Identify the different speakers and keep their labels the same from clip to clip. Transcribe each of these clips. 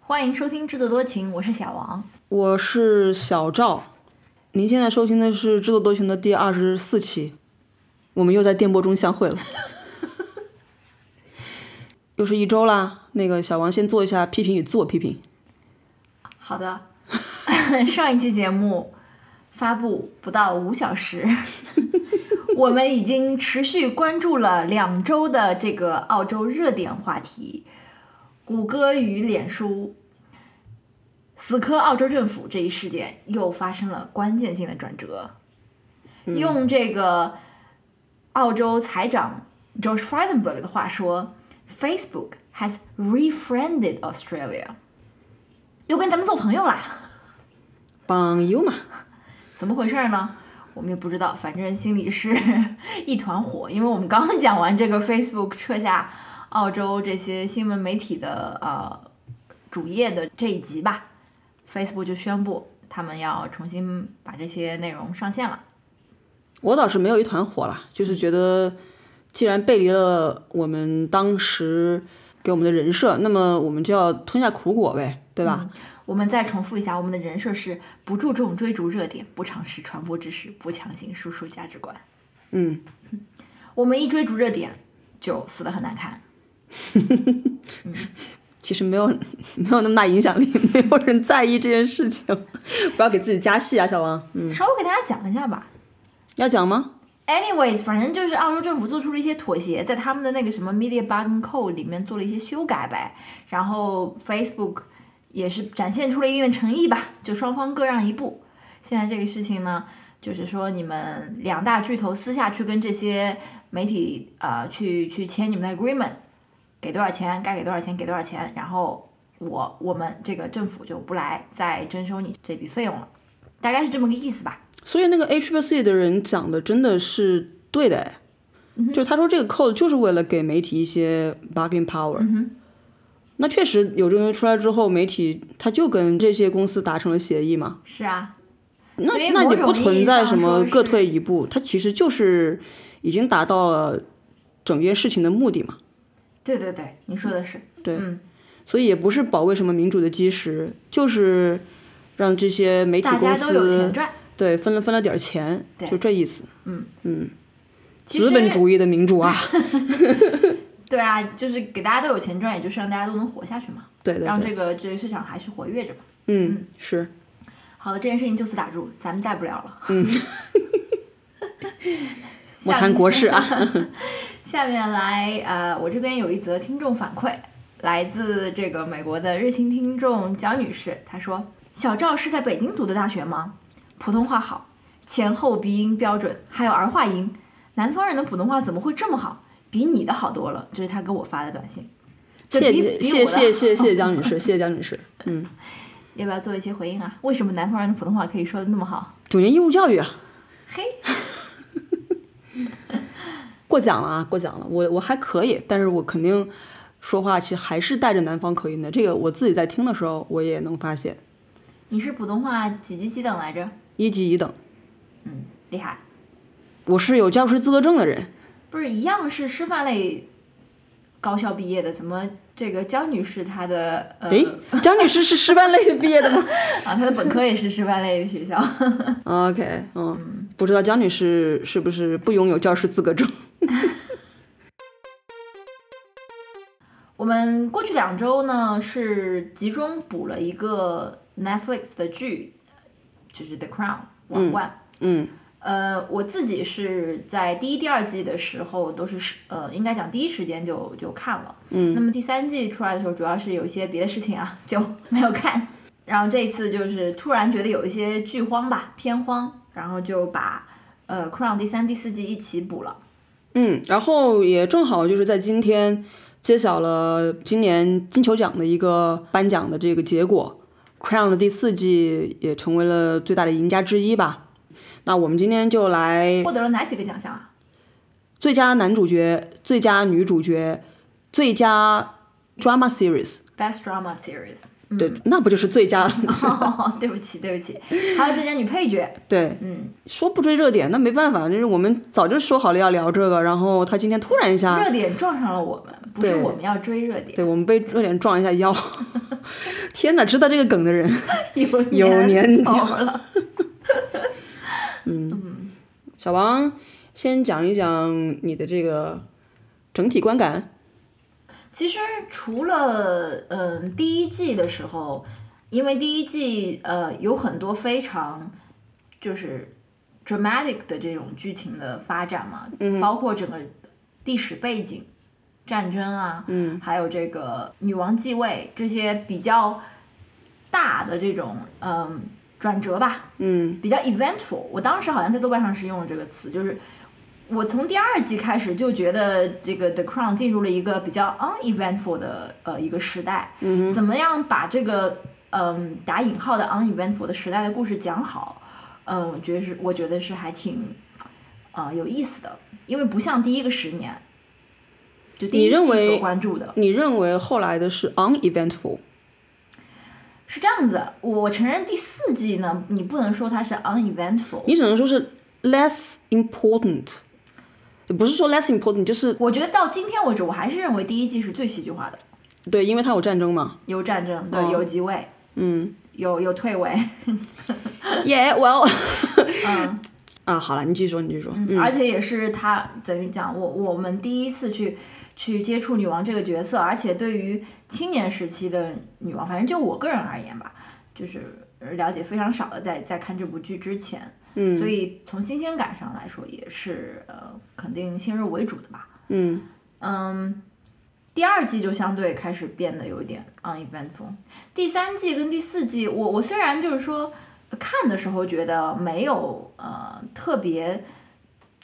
Speaker 1: 欢迎收听《制作多情》，我是小王。
Speaker 2: 我是小赵，您现在收听的是《制作多情》的第二十四期，我们又在电波中相会了， 又是一周啦。那个小王先做一下批评与自我批评，
Speaker 1: 好的， 上一期节目发布不到五小时， 我们已经持续关注了两周的这个澳洲热点话题——谷歌与脸书死磕澳洲政府这一事件，又发生了关键性的转折。用这个澳洲财长 Josh Frydenberg 的话说，Facebook has refriended Australia。又跟咱们做朋友啦？
Speaker 2: 榜优嘛，
Speaker 1: 怎么回事儿呢？我们也不知道，反正心里是 一团火，因为我们刚刚讲完这个 Facebook 撤下澳洲这些新闻媒体的呃主页的这一集吧，Facebook 就宣布他们要重新把这些内容上线了。
Speaker 2: 我倒是没有一团火啦，就是觉得既然背离了我们当时给我们的人设，那么我们就要吞下苦果呗，对吧？
Speaker 1: 我们再重复一下，我们的人设是不注重追逐热点，不尝试传播知识，不强行输出价值观。
Speaker 2: 嗯，
Speaker 1: 我们一追逐热点就死得很难看。
Speaker 2: 其实没有 没有那么大影响力，没有人在意这件事情， 不要给自己加戏啊，小王。嗯，
Speaker 1: 稍微给大家讲一下吧，
Speaker 2: 要讲吗？
Speaker 1: Anyways，反正就是澳洲政府做出了一些妥协，在他们的那个什么 Media Bargain Code 里面做了一些修改呗。然后 Facebook 也是展现出了一定的诚意吧，就双方各让一步。现在这个事情呢，就是说你们两大巨头私下去跟这些媒体呃去去签你们的 agreement，给多少钱该给多少钱给多少钱，然后我我们这个政府就不来再征收你这笔费用了，大概是这么个意思吧。
Speaker 2: 所以那个 HBC 的人讲的真的是对的哎，
Speaker 1: 嗯
Speaker 2: 就是他说这个 code 就是为了给媒体一些 bargaining power。那确实有这个东西出来之后，媒体他就跟这些公司达成了协议嘛。
Speaker 1: 是啊，
Speaker 2: 那
Speaker 1: 所以
Speaker 2: 那
Speaker 1: 某
Speaker 2: 你
Speaker 1: 种
Speaker 2: 不
Speaker 1: 意义
Speaker 2: 存在
Speaker 1: 上
Speaker 2: 什
Speaker 1: 说
Speaker 2: 么各
Speaker 1: 是
Speaker 2: 退一步，它其实就是已经达到了整件事情的目的嘛。
Speaker 1: 对对对，你说的是。
Speaker 2: 所以也不是保卫什么民主的基石，就是让这些媒体
Speaker 1: 大
Speaker 2: 公
Speaker 1: 家都有钱
Speaker 2: 司
Speaker 1: 赚。
Speaker 2: 对分了分了点儿钱，
Speaker 1: 对
Speaker 2: 就这意思。
Speaker 1: 其
Speaker 2: 资
Speaker 1: 实
Speaker 2: 本主义的民主啊，
Speaker 1: 对啊，就是给大家都有钱赚，也就是让大家都能活下去嘛，
Speaker 2: 对对
Speaker 1: 让
Speaker 2: 对，
Speaker 1: 这个这个市场还是活跃着嘛。
Speaker 2: 嗯，是。
Speaker 1: 好了，这件事情就此打住，咱们再不聊了。
Speaker 2: 莫嗯谈国事啊，
Speaker 1: 下面来，呃，我这边有一则听众反馈，来自这个美国的热心听众蒋女士，她说：“小赵是在北京读的大学吗？普通话好，前后鼻音标准，还有儿化音。南方人的普通话怎么会这么好？比你的好多了。”这是她给我发的短信。这
Speaker 2: 谢
Speaker 1: 比
Speaker 2: 谢
Speaker 1: 比
Speaker 2: 谢
Speaker 1: 我的
Speaker 2: 谢谢谢江女士，谢谢江女士。嗯，
Speaker 1: 要不要做一些回应啊？为什么南方人的普通话可以说的那么好？
Speaker 2: 九年义务教育啊，
Speaker 1: 嘿，
Speaker 2: 过奖了啊，过奖了。我我还可以，但是我肯定说话其实还是带着南方口音的。这个我自己在听的时候我也能发现，
Speaker 1: 你是普通话几级几等来着？
Speaker 2: 一级一等，
Speaker 1: 嗯，厉害。
Speaker 2: 我是有教师资格证的人。
Speaker 1: 不是一样是师范类高校毕业的，怎么这个江女士她的呃
Speaker 2: 诶，江女士是师范类毕业的吗
Speaker 1: 啊她的本科也是师范类的学校？
Speaker 2: ？OK，嗯，不知道江女士是不是不拥有教师资格证？
Speaker 1: 我们过去两周呢是集中补了一个 Netflix 的剧，就是 The Crown 王冠。
Speaker 2: 嗯
Speaker 1: 呃，我自己是在第一、第二季的时候都是呃，应该讲第一时间就就看了。嗯，那么第三季出来的时候，主要是有一些别的事情啊，就 没有看。然后这一次就是突然觉得有一些剧荒吧，片荒，然后就把呃《Crown》第三、第四季一起补了。
Speaker 2: 嗯，然后也正好就是在今天揭晓了今年金球奖的一个颁奖的这个结果，《Crown》的第四季也成为了最大的赢家之一吧。那我们今天就来
Speaker 1: 获得了哪几个奖项啊？
Speaker 2: 最佳男主角、最佳女主角、最佳 drama series，、
Speaker 1: Best Drama Series。
Speaker 2: 对，那不就是最佳？
Speaker 1: 哦，对不起，对不起，还有最佳女配角。
Speaker 2: 对，
Speaker 1: 嗯，
Speaker 2: 说不追热点，那没办法，就是我们早就说好了要聊这个，然后他今天突然一下，
Speaker 1: 热点撞上了我们，不是
Speaker 2: 对
Speaker 1: 我们要追热点。
Speaker 2: 对我们被热点撞一下腰， 天哪，知道这个梗的人
Speaker 1: 有
Speaker 2: 有年头
Speaker 1: 头了。
Speaker 2: 小王，先讲一讲你的这个整体观感。
Speaker 1: 其实除了嗯第一季的时候，因为第一季呃有很多非常就是 dramatic 的这种剧情的发展嘛，包括整个历史背景、战争啊，嗯，还有这个女王继位这些比较大的这种嗯转折吧，
Speaker 2: 嗯
Speaker 1: 比较 eventful。我当时好像在豆瓣上是用了这个词，就是我从第二季开始就觉得这个 The Crown 进入了一个比较 uneventful 的呃一个时代。嗯，怎么样把这个嗯打引号的 uneventful 的时代的故事讲好？嗯，我觉得是，我觉得是还挺呃有意思的，因为不像第一个十年。就第一
Speaker 2: 你认
Speaker 1: 季
Speaker 2: 为
Speaker 1: 所关注的
Speaker 2: 你认为后来的是 uneventful？
Speaker 1: 是这样子，我承认第四季呢，你不能说它是 uneventful，
Speaker 2: 你只能说是 less important，不是说 less important，就是
Speaker 1: 我觉得到今天为止，我还是认为第一季是最戏剧化的，
Speaker 2: 对，因为它有战 争嘛。
Speaker 1: 有战争，对，
Speaker 2: 哦
Speaker 1: 有即位，
Speaker 2: 嗯
Speaker 1: 有有退位，
Speaker 2: ，Yeah，well，
Speaker 1: 嗯，
Speaker 2: 啊，好了，你继续说，你继续说。嗯
Speaker 1: 而且也是他等于讲我我们第一次去去接触女王这个角色，而且对于青年时期的女王，反正就我个人而言吧，就是了解非常少的，在在看这部剧之前，
Speaker 2: 嗯
Speaker 1: 所以从新鲜感上来说，也是呃肯定先入为主的吧，
Speaker 2: 嗯
Speaker 1: 嗯，第二季就相对开始变得有一点 uneventful。第三季跟第四季，我我虽然就是说看的时候觉得没有呃特别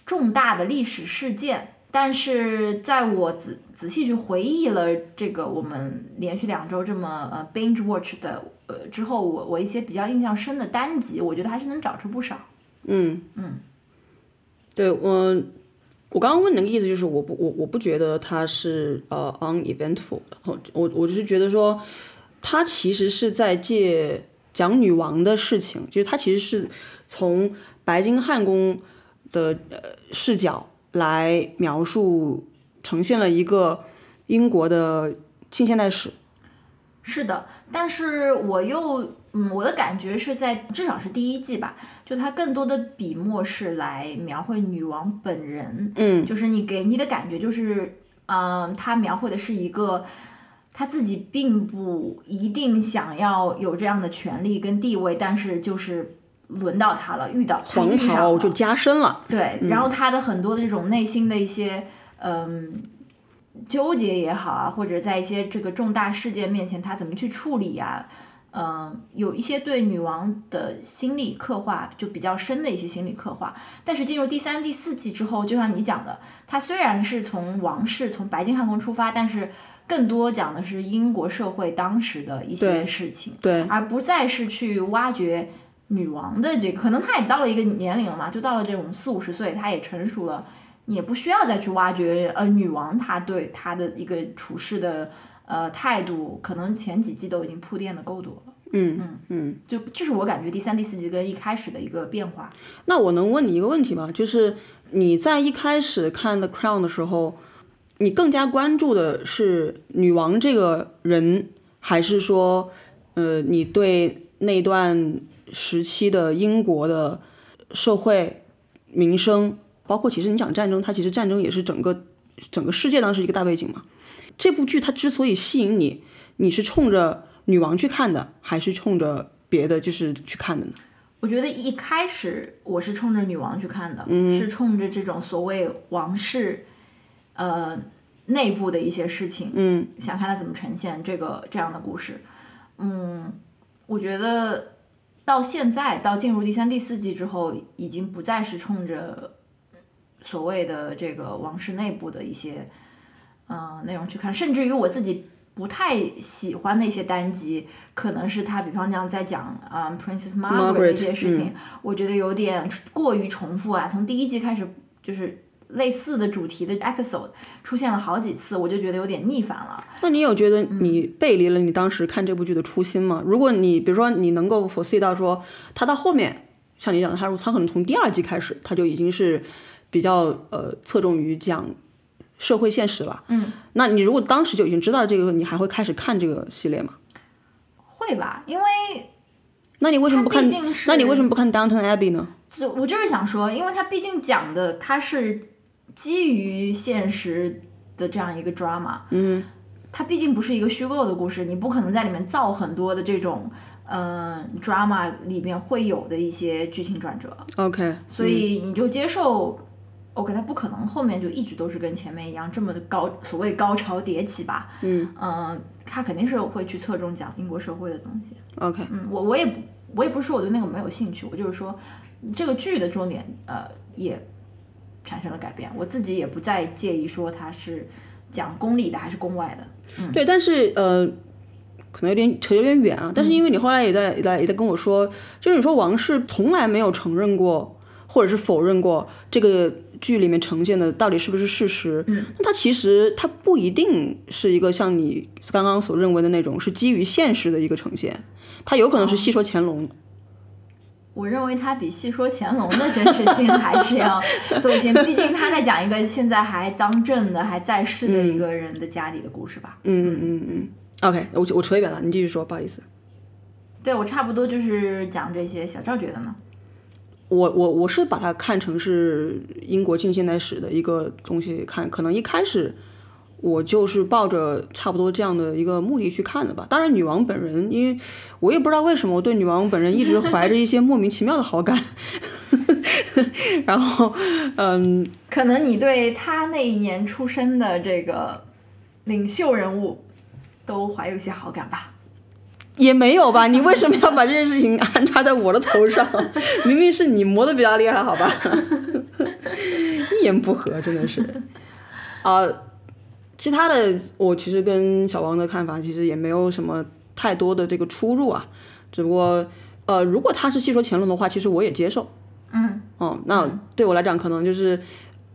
Speaker 1: 重大的历史事件，但是在我仔仔细去回忆了这个我们连续两周这么呃 binge watch 的呃之后，我我一些比较印象深的单集，我觉得还是能找出不少。
Speaker 2: 嗯嗯，对我，我刚刚问你那个意思就是，我不我我不觉得它是呃 uneventful 的，我我我就是觉得说，它其实是在借讲女王的事情，就是它其实是从白金汉宫的呃视角来描述，呈现了一个英国的近现代史。
Speaker 1: 是的，但是我又，嗯，我的感觉是在至少是第一季吧，就它更多的笔墨是来描绘女王本人，
Speaker 2: 嗯，
Speaker 1: 就是你给你的感觉就是，嗯，她描绘的是一个她自己并不一定想要有这样的权利跟地位，但是就是轮到她了，遇到她
Speaker 2: 黄
Speaker 1: 遇上
Speaker 2: 袍
Speaker 1: 了
Speaker 2: 就加深了。
Speaker 1: 对，然后他的很多的这种内心的一些嗯纠结也好啊，或者在一些这个重大事件面前，他怎么去处理啊？嗯，有一些对女王的心理刻画就比较深的一些心理刻画，但是进入第三、第四季之后，就像你讲的，它虽然是从王室、从白金汉宫出发，但是更多讲的是英国社会当时的一些
Speaker 2: 对
Speaker 1: 事情。
Speaker 2: 对，
Speaker 1: 而不再是去挖掘女王的这个，可能她也到了一个年龄了嘛，就到了这种四五十岁，她也成熟了，你也不需要再去挖掘呃女王她对她的一个处事的呃态度，可能前几季都已经铺垫的够多了，
Speaker 2: 嗯嗯
Speaker 1: 就这是我感觉第三、第四季跟一开始的一个变化。
Speaker 2: 那我能问你一个问题吗？就是你在一开始看《The Crown》的时候，你更加关注的是女王这个人，还是说，呃，你对那段时期的英国的社会民生，包括其实你讲战争，它其实战争也是整个整个世界当时一个大背景嘛。这部剧它之所以吸引你，你是冲着女王去看的，还是冲着别的就是去看的呢？
Speaker 1: 我觉得一开始我是冲着女王去看的，是冲着这种所谓王室，呃，内部的一些事情，嗯，想看它怎么呈现这个这样的故事，嗯，我觉得到现在到进入第三、第四季之后，已经不再是冲着所谓的这个王室内部的一些，呃，内容去看，甚至于我自己不太喜欢的一些单集，可能是他，比方讲在讲啊、嗯 Princess Margaret 的
Speaker 2: Margaret，
Speaker 1: 一些事情，我觉得有点过于重复啊。从第一季开始就是。类似的主题的 episode 出现了好几次，我就觉得有点逆反了。
Speaker 2: 那你有觉得
Speaker 1: 嗯
Speaker 2: 你背离了你当时看这部剧的初心吗？如果你比如说你能够 foresee 到说他到后面，像你讲的，他他可能从第二季开始，他就已经是比较呃侧重于讲社会现实了。嗯，那你如果当时就已经知道这个，你还会开始看这个系列吗？
Speaker 1: 会吧，因为
Speaker 2: 那你为什么不看
Speaker 1: 它毕竟？是
Speaker 2: 那你为什么不看 Downton Abbey 呢？
Speaker 1: 就我就是想说，因为它毕竟讲的它是基于现实的这样一个 drama，嗯，它毕竟不是一个虚构的故事，你不可能在里面造很多的这种嗯、呃 drama 里面会有的一些剧情转折，
Speaker 2: OK，
Speaker 1: 所以你就接受。OK，它不可能后面就一直都是跟前面一样这么的高，所谓高潮迭起吧。嗯它肯定是会去侧重讲英国社会的东西。
Speaker 2: OK，
Speaker 1: 嗯，我我也不我也不是说我对那个没有兴趣，我就是说这个剧的重点呃也产生了改变，我自己也不再介意说它是讲宫里的还是宫外的。
Speaker 2: 对，但是呃，可能有点扯有点远啊。但是因为你后来也在也在也在跟我说，就是你说王室从来没有承认过或者是否认过这个剧里面呈现的到底是不是事实。嗯，那它其实它不一定是一个像你刚刚所认为的那种是基于现实的一个呈现，它有可能是戏说乾隆。
Speaker 1: 我认为它比《戏说乾隆》的真实性还是要多一些，毕竟他在讲一个现在还当政的、还在世的一个人的家里的故事吧。
Speaker 2: 嗯嗯嗯嗯。OK，我我扯远了，你继续说，不好意思。
Speaker 1: 对我差不多就是讲这些。小赵觉得呢？
Speaker 2: 我我我是把它看成是英国近现代史的一个东西看，可能一开始我就是抱着差不多这样的一个目的去看的吧。当然，女王本人，因为我也不知道为什么我对女王本人一直怀着一些莫名其妙的好感。 然后，嗯，
Speaker 1: 可能你对他那一年出生的这个领袖人物都怀有一些好感吧？
Speaker 2: 也没有吧？你 为什么要把这件事情安插在我的头上？ 明明是你磨的比较厉害，好吧？ 一言不合，真的是。啊、其他的我其实跟小王的看法其实也没有什么太多的这个出入啊，只不过呃，如果他是戏说乾隆的话，其实我也接受。
Speaker 1: 嗯，
Speaker 2: 哦，那对我来讲，可能就是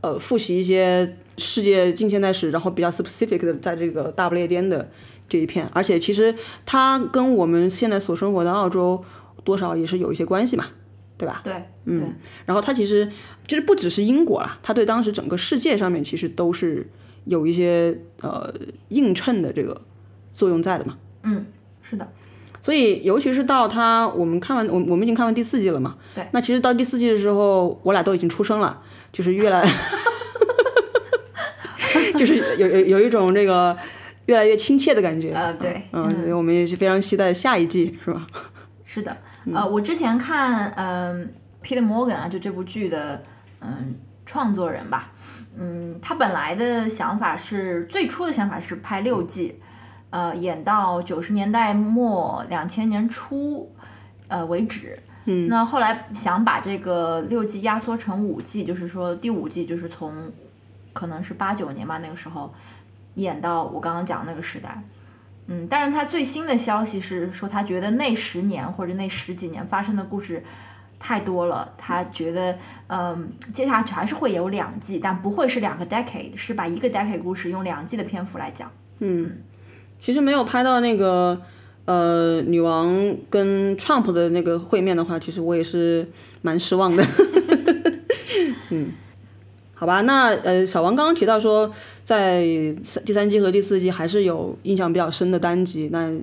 Speaker 2: 呃，复习一些世界近现代史，然后比较 specific 的，在这个大不列颠的这一片，而且其实它跟我们现在所生活的澳洲多少也是有一些关系嘛，对吧？
Speaker 1: 对，对
Speaker 2: 嗯，然后它其实就是不只是英国啦，它对当时整个世界上面其实都是有一些呃映衬的这个作用在的嘛。
Speaker 1: 嗯，是的。
Speaker 2: 所以，尤其是到他，我们看完，我我们已经看完第四季了嘛。对。那其实到第四季的时候，我俩都已经出生了，就是越来， 就是有有有一种这个越来越亲切的感觉。
Speaker 1: 呃，对，
Speaker 2: 嗯，所以我们也是非常期待下一季，是吧？
Speaker 1: 是的，
Speaker 2: 嗯
Speaker 1: 呃，我之前看嗯、Peter Morgan 啊，就这部剧的嗯、创作人吧，嗯，他本来的想法是最初的想法是拍六季，呃，演到九十年代末两千年初呃为止。嗯，那后来想把这个六季压缩成五季，就是说第五季就是从可能是八九年吧那个时候演到我刚刚讲的那个时代。嗯，但是他最新的消息是说，他觉得那十年或者那十几年发生的故事太多了，他觉得，嗯，接下去还是会有两季，但不会是两个 decade，是把一个 decade 故事用两季的篇幅来讲。
Speaker 2: 其实没有拍到那个呃女王跟 Trump 的那个会面的话，其实我也是蛮失望的。 嗯，好吧，那呃小王刚刚提到说，在三第三季和第四季还是有印象比较深的单集，那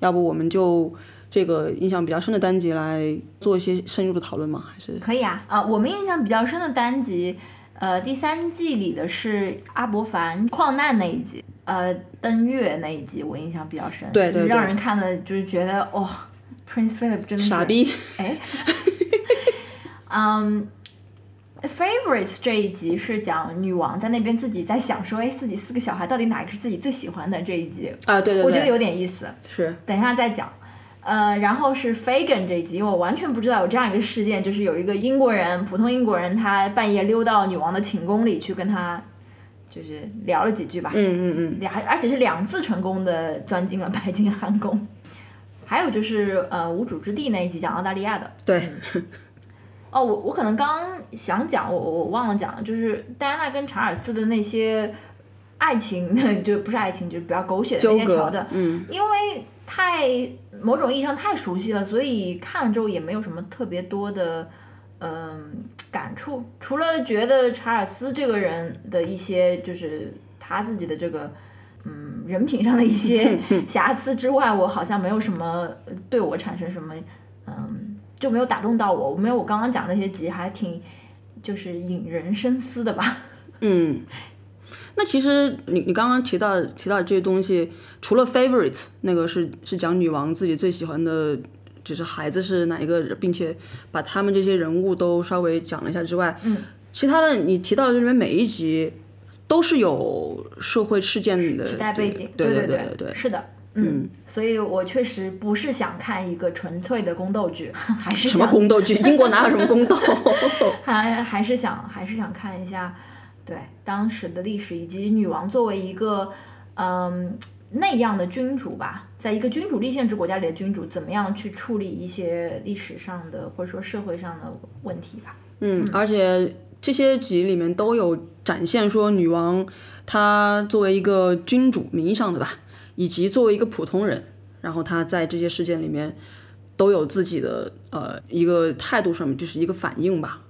Speaker 2: 要不我们就这个印象比较深的单集来做一些深入的讨论吗？还是
Speaker 1: 可以啊，啊、我们印象比较深的单集，呃，第三季里的是阿伯凡矿难那一集，呃，登月那一集，我印象比较深，
Speaker 2: 对对
Speaker 1: 就是
Speaker 2: 对
Speaker 1: 让人看了就是觉得哇、Prince Philip 真的是
Speaker 2: 傻逼？
Speaker 1: 哎，嗯。Favorites 这一集是讲女王在那边自己在想说，哎，自己四个小孩到底哪个是自己最喜欢的这一集，
Speaker 2: 啊，对对对，
Speaker 1: 我觉得有点意思，
Speaker 2: 是
Speaker 1: 等一下再讲。呃，然后是 Fagan 这一集，因为我完全不知道有这样一个事件，就是有一个英国人，普通英国人，他半夜溜到女王的寝宫里去跟她就是聊了几句吧，
Speaker 2: 嗯嗯嗯，
Speaker 1: 俩而且是两次成功的钻进了白金汉宫。还有就是呃无主之地那一集讲澳大利亚的，
Speaker 2: 对，
Speaker 1: 哦，我我可能刚想讲，我我我忘了讲了，就是戴安娜跟查尔斯的那些爱情 的，就不是爱情，就是比较狗血的
Speaker 2: 纠
Speaker 1: 那些桥
Speaker 2: 葛
Speaker 1: 段，，
Speaker 2: 嗯，
Speaker 1: 因为太某种意义上太熟悉了，所以看了之后也没有什么特别多的嗯、感触，除了觉得查尔斯这个人的一些就是他自己的这个嗯人品上的一些 瑕疵之外，我好像没有什么呃对我产生什么，嗯，就没有打动到我，没有我刚刚讲那些集还挺就是引人深思的吧。
Speaker 2: 嗯，那其实你你刚刚提到提到这些东西，除了 favorite 那个是是讲女王自己最喜欢的，就是孩子是哪一个，并且把他们这些人物都稍微讲了一下之外，嗯，其他的你提到的这里面每一集都是有社会事件 的
Speaker 1: 时代背景，
Speaker 2: 呃对
Speaker 1: 对
Speaker 2: 对
Speaker 1: 对
Speaker 2: 对对，
Speaker 1: 是的。嗯，所以我确实不是想看一个纯粹的宫斗 剧，还是
Speaker 2: 什么
Speaker 1: 想
Speaker 2: 宫斗剧？英国哪有什么 宫斗？
Speaker 1: 还还是想还是想看一下，对当时的历史以及女王作为一个嗯那样的君主吧，在一个君主立宪制国家里的君主，怎么样去处理一些历史上的或者说社会上的问题吧。
Speaker 2: 嗯，而且这些集里面都有展现说女王她作为一个君主名义上的吧，以及作为一个普通人，然后她在这些事件里面都有自己的呃一个态度上面，就是一个反应吧。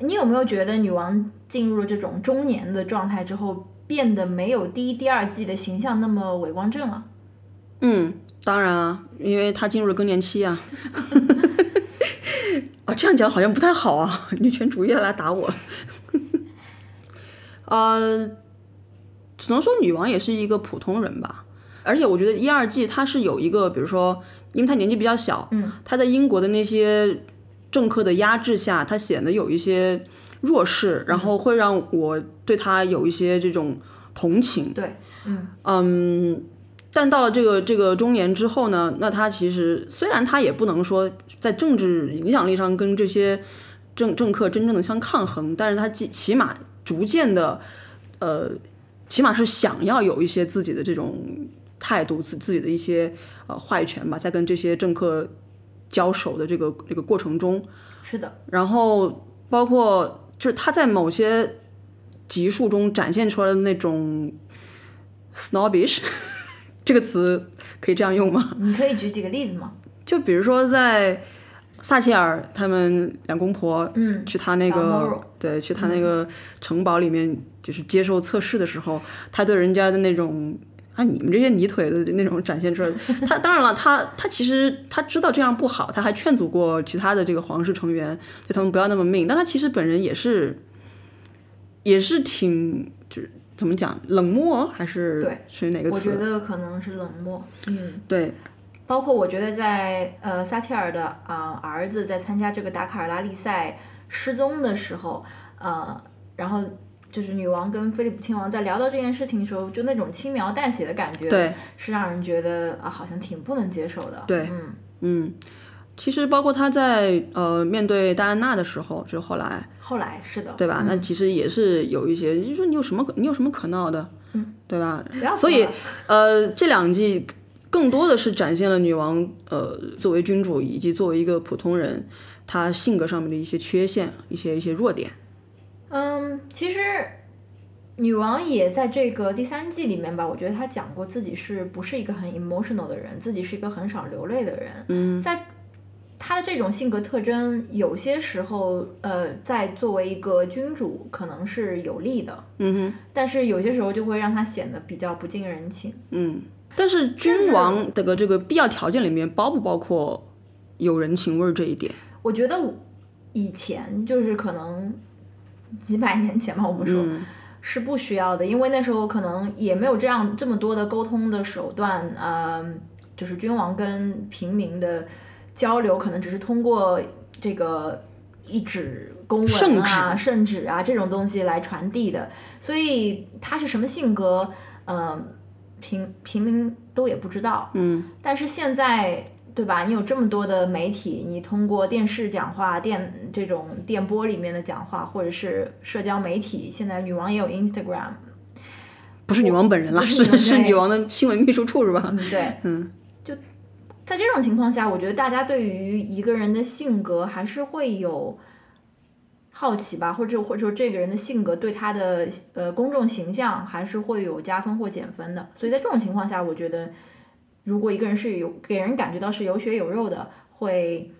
Speaker 1: 你有没有觉得女王进入了这种中年的状态之后，变得没有第一、第二季的形象那么伟光正啊了？
Speaker 2: 嗯，当然啊，因为她进入了更年期啊。 哦，这样讲好像不太好啊， 女权主义要来打我。 呃，只能说女王也是一个普通人吧。而且我觉得一二季她是有一个，比如说，因为她年纪比较小，嗯，她在英国的那些政客的压制下，她显得有一些弱势，然后会让我对她有一些这种同情。
Speaker 1: 对，
Speaker 2: 嗯，但到了这个这个中年之后呢，那他其实虽然他也不能说在政治影响力上跟这些政政客真正的相抗衡，但是他起起码逐渐的，呃，起码是想要有一些自己的这种态度，自自己的一些呃话语权吧，在跟这些政客交手的这个这个过程中，
Speaker 1: 是的，
Speaker 2: 然后包括就是他在某些集数中展现出来的那种 snobbish 这个词可以这样用吗？
Speaker 1: 你可以举几个例子吗？
Speaker 2: 就比如说在撒切尔他们两公婆
Speaker 1: 嗯，
Speaker 2: 去他那
Speaker 1: 老
Speaker 2: 个
Speaker 1: Moro
Speaker 2: 对去他
Speaker 1: 嗯
Speaker 2: 那个城堡里面就是接受测试的时候，他对人家的那种。啊，你们这些泥腿的那种展现出来，他当然了，他他其实他知道这样不好，他还劝阻过其他的这个皇室成员，对他们不要那么命。但他其实本人也是，也是挺就是怎么讲，冷漠还是
Speaker 1: 对
Speaker 2: 是哪个
Speaker 1: 我
Speaker 2: 词
Speaker 1: 觉？得可能是冷漠。嗯。
Speaker 2: 对，
Speaker 1: 包括我觉得在呃撒切尔的啊、呃儿子在参加这个达喀尔拉力赛失踪的时候，呃，然后就是女王跟菲利普亲王在聊到这件事情的时候，就那种轻描淡写的感觉，
Speaker 2: 对，
Speaker 1: 是让人觉得啊、好像挺不能接受的。
Speaker 2: 对
Speaker 1: 嗯，
Speaker 2: 嗯，其实包括他在呃面对戴安娜的时候，就后来
Speaker 1: 后来是的，嗯
Speaker 2: 对吧？那其实也是有一些，就是说你有什么可你有什么可闹的，
Speaker 1: 嗯，
Speaker 2: 对吧？
Speaker 1: 不要
Speaker 2: 所以
Speaker 1: 说了
Speaker 2: 呃，这两季更多的是展现了女王呃作为君主以及作为一个普通人，她性格上面的一些缺陷、一些一些弱点。
Speaker 1: 嗯，其实女王也在这个第三季里面吧，我觉得她讲过自己是不是一个很 emotional 的人，自己是一个很少流泪的人。嗯，在她的这种性格特征，有些时候，呃，在作为一个君主可能是有利的，
Speaker 2: 嗯哼，
Speaker 1: 但是有些时候就会让她显得比较不近人情。
Speaker 2: 嗯。但是君王这个这个必要条件里面包不包括有人情味儿这一点？
Speaker 1: 我觉得我以前就是可能几百年前吧，我们说、是不需要的，因为那时候可能也没有这样这么多的沟通的手段，呃，就是君王跟平民的交流，可能只是通过这个一纸公文啊、圣旨啊这种东西来传递的，所以他是什么性格，呃，平平民都也不知道，
Speaker 2: 嗯，
Speaker 1: 但是现在对吧？你有这么多的媒体，你通过电视讲话、电这种电波里面的讲话，或者是社交媒体，现在女王也有 Instagram，
Speaker 2: 不是女王本人啦，
Speaker 1: 不是女
Speaker 2: 是
Speaker 1: 王
Speaker 2: 是
Speaker 1: 对
Speaker 2: 女王的新闻秘书处是吧？
Speaker 1: 嗯，对，
Speaker 2: 嗯，
Speaker 1: 就在这种情况下，我觉得大家对于一个人的性格还是会有好奇吧，或者或者说这个人的性格对他的呃公众形象还是会有加分或减分的。所以在这种情况下，我觉得如果一个人是有给人感觉到是有血有肉的，会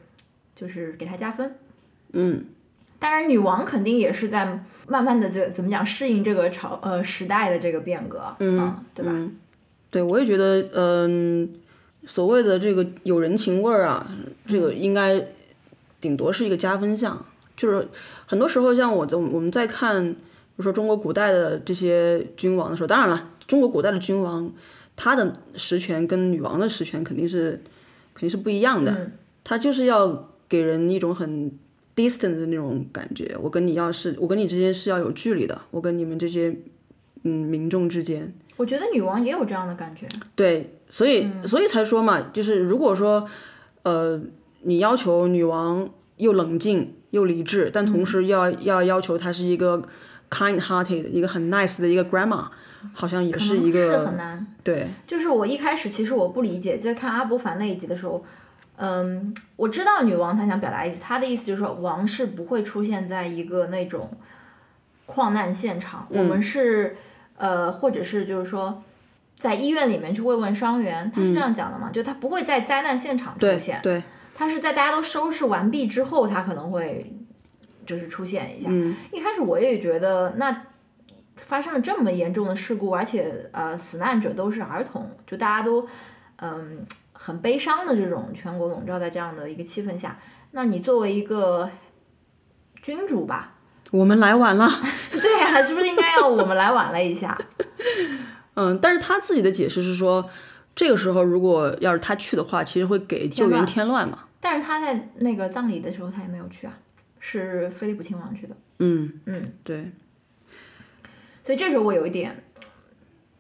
Speaker 1: 就是给他加分。
Speaker 2: 嗯，
Speaker 1: 当然，女王肯定也是在慢慢的这怎么讲适应这个朝呃时代的这个变革，嗯，对吧？
Speaker 2: 对，我也觉得，嗯，所谓的这个有人情味儿啊，这
Speaker 1: 嗯
Speaker 2: 个应该顶多是一个加分项。就是很多时候，像我在我们在看，比如说中国古代的这些君王的时候，当然了，中国古代的君王他的实权跟女王的实权肯定是肯定是不一
Speaker 1: 嗯
Speaker 2: 样的，他就是要给人一种很 distant 的那种感觉。我跟你要是我跟你之间是要有距离的，我跟你们这些嗯民众之间。
Speaker 1: 我觉得女王也有这样的感觉，
Speaker 2: 对，所以、
Speaker 1: 嗯
Speaker 2: 所以才说嘛，就是如果说，呃，你要求女王又冷静又理智，但
Speaker 1: 嗯
Speaker 2: 同时要、要要求她是一个 kind-hearted，一个很 nice 的一个 grandma，好像也
Speaker 1: 可
Speaker 2: 是
Speaker 1: 能
Speaker 2: 一
Speaker 1: 是
Speaker 2: 个
Speaker 1: 很难。
Speaker 2: 对，
Speaker 1: 就是我一开始其实我不理解，在看阿伯凡那一集的时候，嗯，我知道女王她想表达意思，她的意思就是说王室不会出现在一个那种矿难现场，我
Speaker 2: 嗯
Speaker 1: 们是呃，或者是就是说。在医院里面去慰问伤员，他是这样讲的嘛？就他不会在灾难现场出
Speaker 2: 嗯对
Speaker 1: 现，
Speaker 2: 对，
Speaker 1: 他是在大家都收拾完毕之后，他可能会就是出现一下。
Speaker 2: 嗯
Speaker 1: 一开始我也觉得，那发生了这么严重的事故，而且呃，死难者都是儿童，就大家都嗯很悲伤的这种全国笼罩在这样的一个气氛下，那你作为一个君主吧，
Speaker 2: 我们来晚了，
Speaker 1: 对呀、是不是应该要我们来晚了一下？
Speaker 2: 嗯，但是他自己的解释是说，这个时候如果要是他去的话，其实会给救援
Speaker 1: 乱
Speaker 2: 添乱嘛，
Speaker 1: 但是他在那个葬礼的时候，他也没有去啊，是菲利普亲王去的。
Speaker 2: 嗯
Speaker 1: 嗯，
Speaker 2: 对，
Speaker 1: 所以这时候我有一点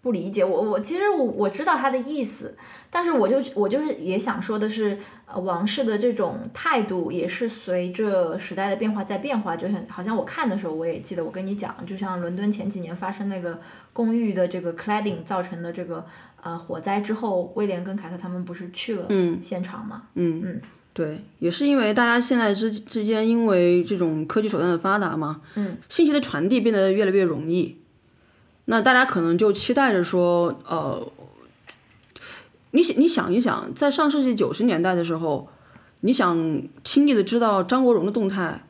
Speaker 1: 不理解，我我其实我我知道他的意思，但是我就我就是也想说的是，呃，王室的这种态度也是随着时代的变化在变化，就是好像我看的时候，我也记得我跟你讲，就像伦敦前几年发生那个公寓的这个 cladding 造成的这个呃火灾之后，威廉跟凯特他们不是去了现场嘛，
Speaker 2: 嗯，嗯，对，也是因为大家现在之之间因为这种科技手段的发达嘛，
Speaker 1: 嗯，
Speaker 2: 信息的传递变得越来越容易，那大家可能就期待着说，呃，你想你想一想，在上世纪九十年代的时候，你想轻易的知道张国荣的动态。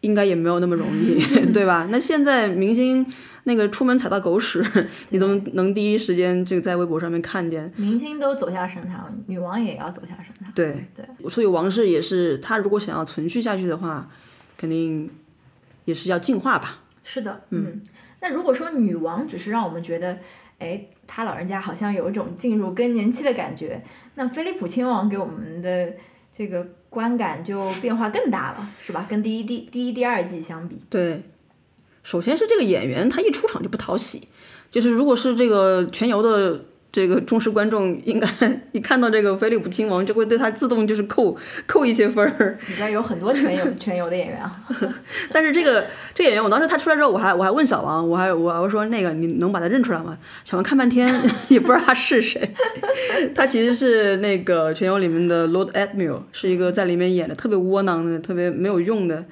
Speaker 2: 应该也没有那么容易，对吧？那现在明星那个出门踩到狗屎，你都能第一时间就在微博上面看见，
Speaker 1: 明星都走下神坛，女王也要走下神坛，
Speaker 2: 对
Speaker 1: 对
Speaker 2: 所以王室也是，他如果想要存续下去的话，肯定也是要进化吧。
Speaker 1: 是的，嗯。那如果说女王只是让我们觉得，哎，她老人家好像有一种进入更年期的感觉，那菲利普亲王给我们的这个观感就变化更大了，是吧？跟第一、第第一、第二季相比，
Speaker 2: 对，首先是这个演员，他一出场就不讨喜，就是如果是这个全游的。这个忠实观众应该 一看到这个菲利普亲王，就会对他自动就是扣扣一些分儿。
Speaker 1: 里边有很多全 游全游的演员啊，
Speaker 2: 但是这个这演员，我当时他出来之后，我还我还问小王，我还我我说那个你能把他认出来吗？小王看半天 也不知道他是谁。 他其实是那个《全游》里面的 Lord Admiral，是一个在里面演的特别窝囊的、特别没有用的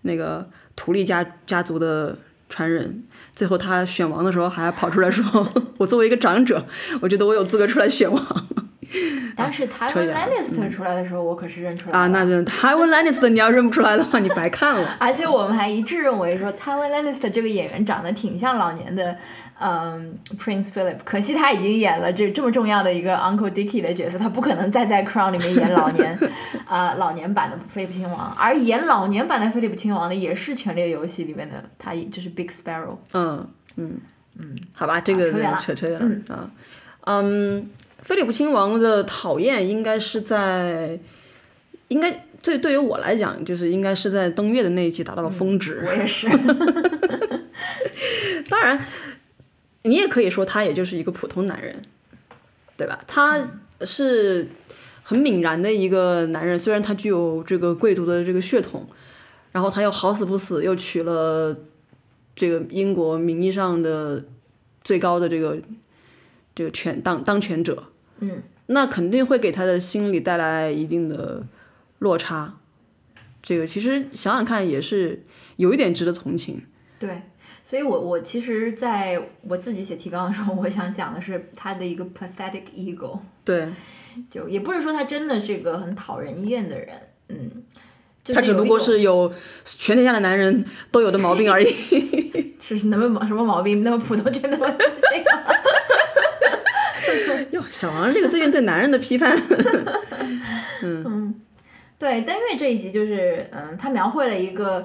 Speaker 2: 那个图利家家族的传人。最后他选王的时候，还跑出来说：“ 我作为一个长者，我觉得我有资格出来选王。”
Speaker 1: 但是台
Speaker 2: 扯
Speaker 1: 湾
Speaker 2: 远了
Speaker 1: Lannister 出来的啊嗯时候，我可是认出来了
Speaker 2: 啊，那就台湾 Lannister 你要认不出来的话，你白看了。
Speaker 1: 而且我们还一致认为说 t y w a n Lannister 这个演员长得挺像老年的，嗯，Prince Philip。可惜他已经演了这这么重要的一个 Uncle Dicky 的角色，他不可能再在 Crown 里面演老年， 啊、老年版的菲利普亲王。而演老年版的菲利普亲王的也是《权力的游戏》里面的他，就是 Big Sparrow。
Speaker 2: 嗯，嗯嗯，好吧，这个
Speaker 1: 啊扯远了
Speaker 2: 扯扯远了啊。嗯，菲利普亲王的讨厌应该是在，应该对对于我来讲，就是应该是在登月的那一期
Speaker 1: 嗯
Speaker 2: 达到了峰值。
Speaker 1: 我也是，
Speaker 2: 当然，你也可以说他也就是一个普通男人，对吧？他是很泯然的一个男人，虽然他具有这个贵族的这个血统，然后他又好死不死又娶了这个英国名义上的最高的这个这个权当当权者，
Speaker 1: 嗯，
Speaker 2: 那肯定会给他的心理带来一定的落差。这个其实想想看，也是有一点值得同情。
Speaker 1: 对。所以我，我其实在我自己写提纲的时候，我想讲的是他的一个 pathetic ego。
Speaker 2: 对，
Speaker 1: 就也不是说他真的是一个很讨人厌的人，嗯，就是
Speaker 2: 他只不过是有全天下的男人都有的毛病而已。
Speaker 1: 是什么毛什么毛病那么普通，就那么自信。
Speaker 2: 哟，小王这个最近对男人的批判，
Speaker 1: 对，登月这一集就是，嗯，他描绘了一个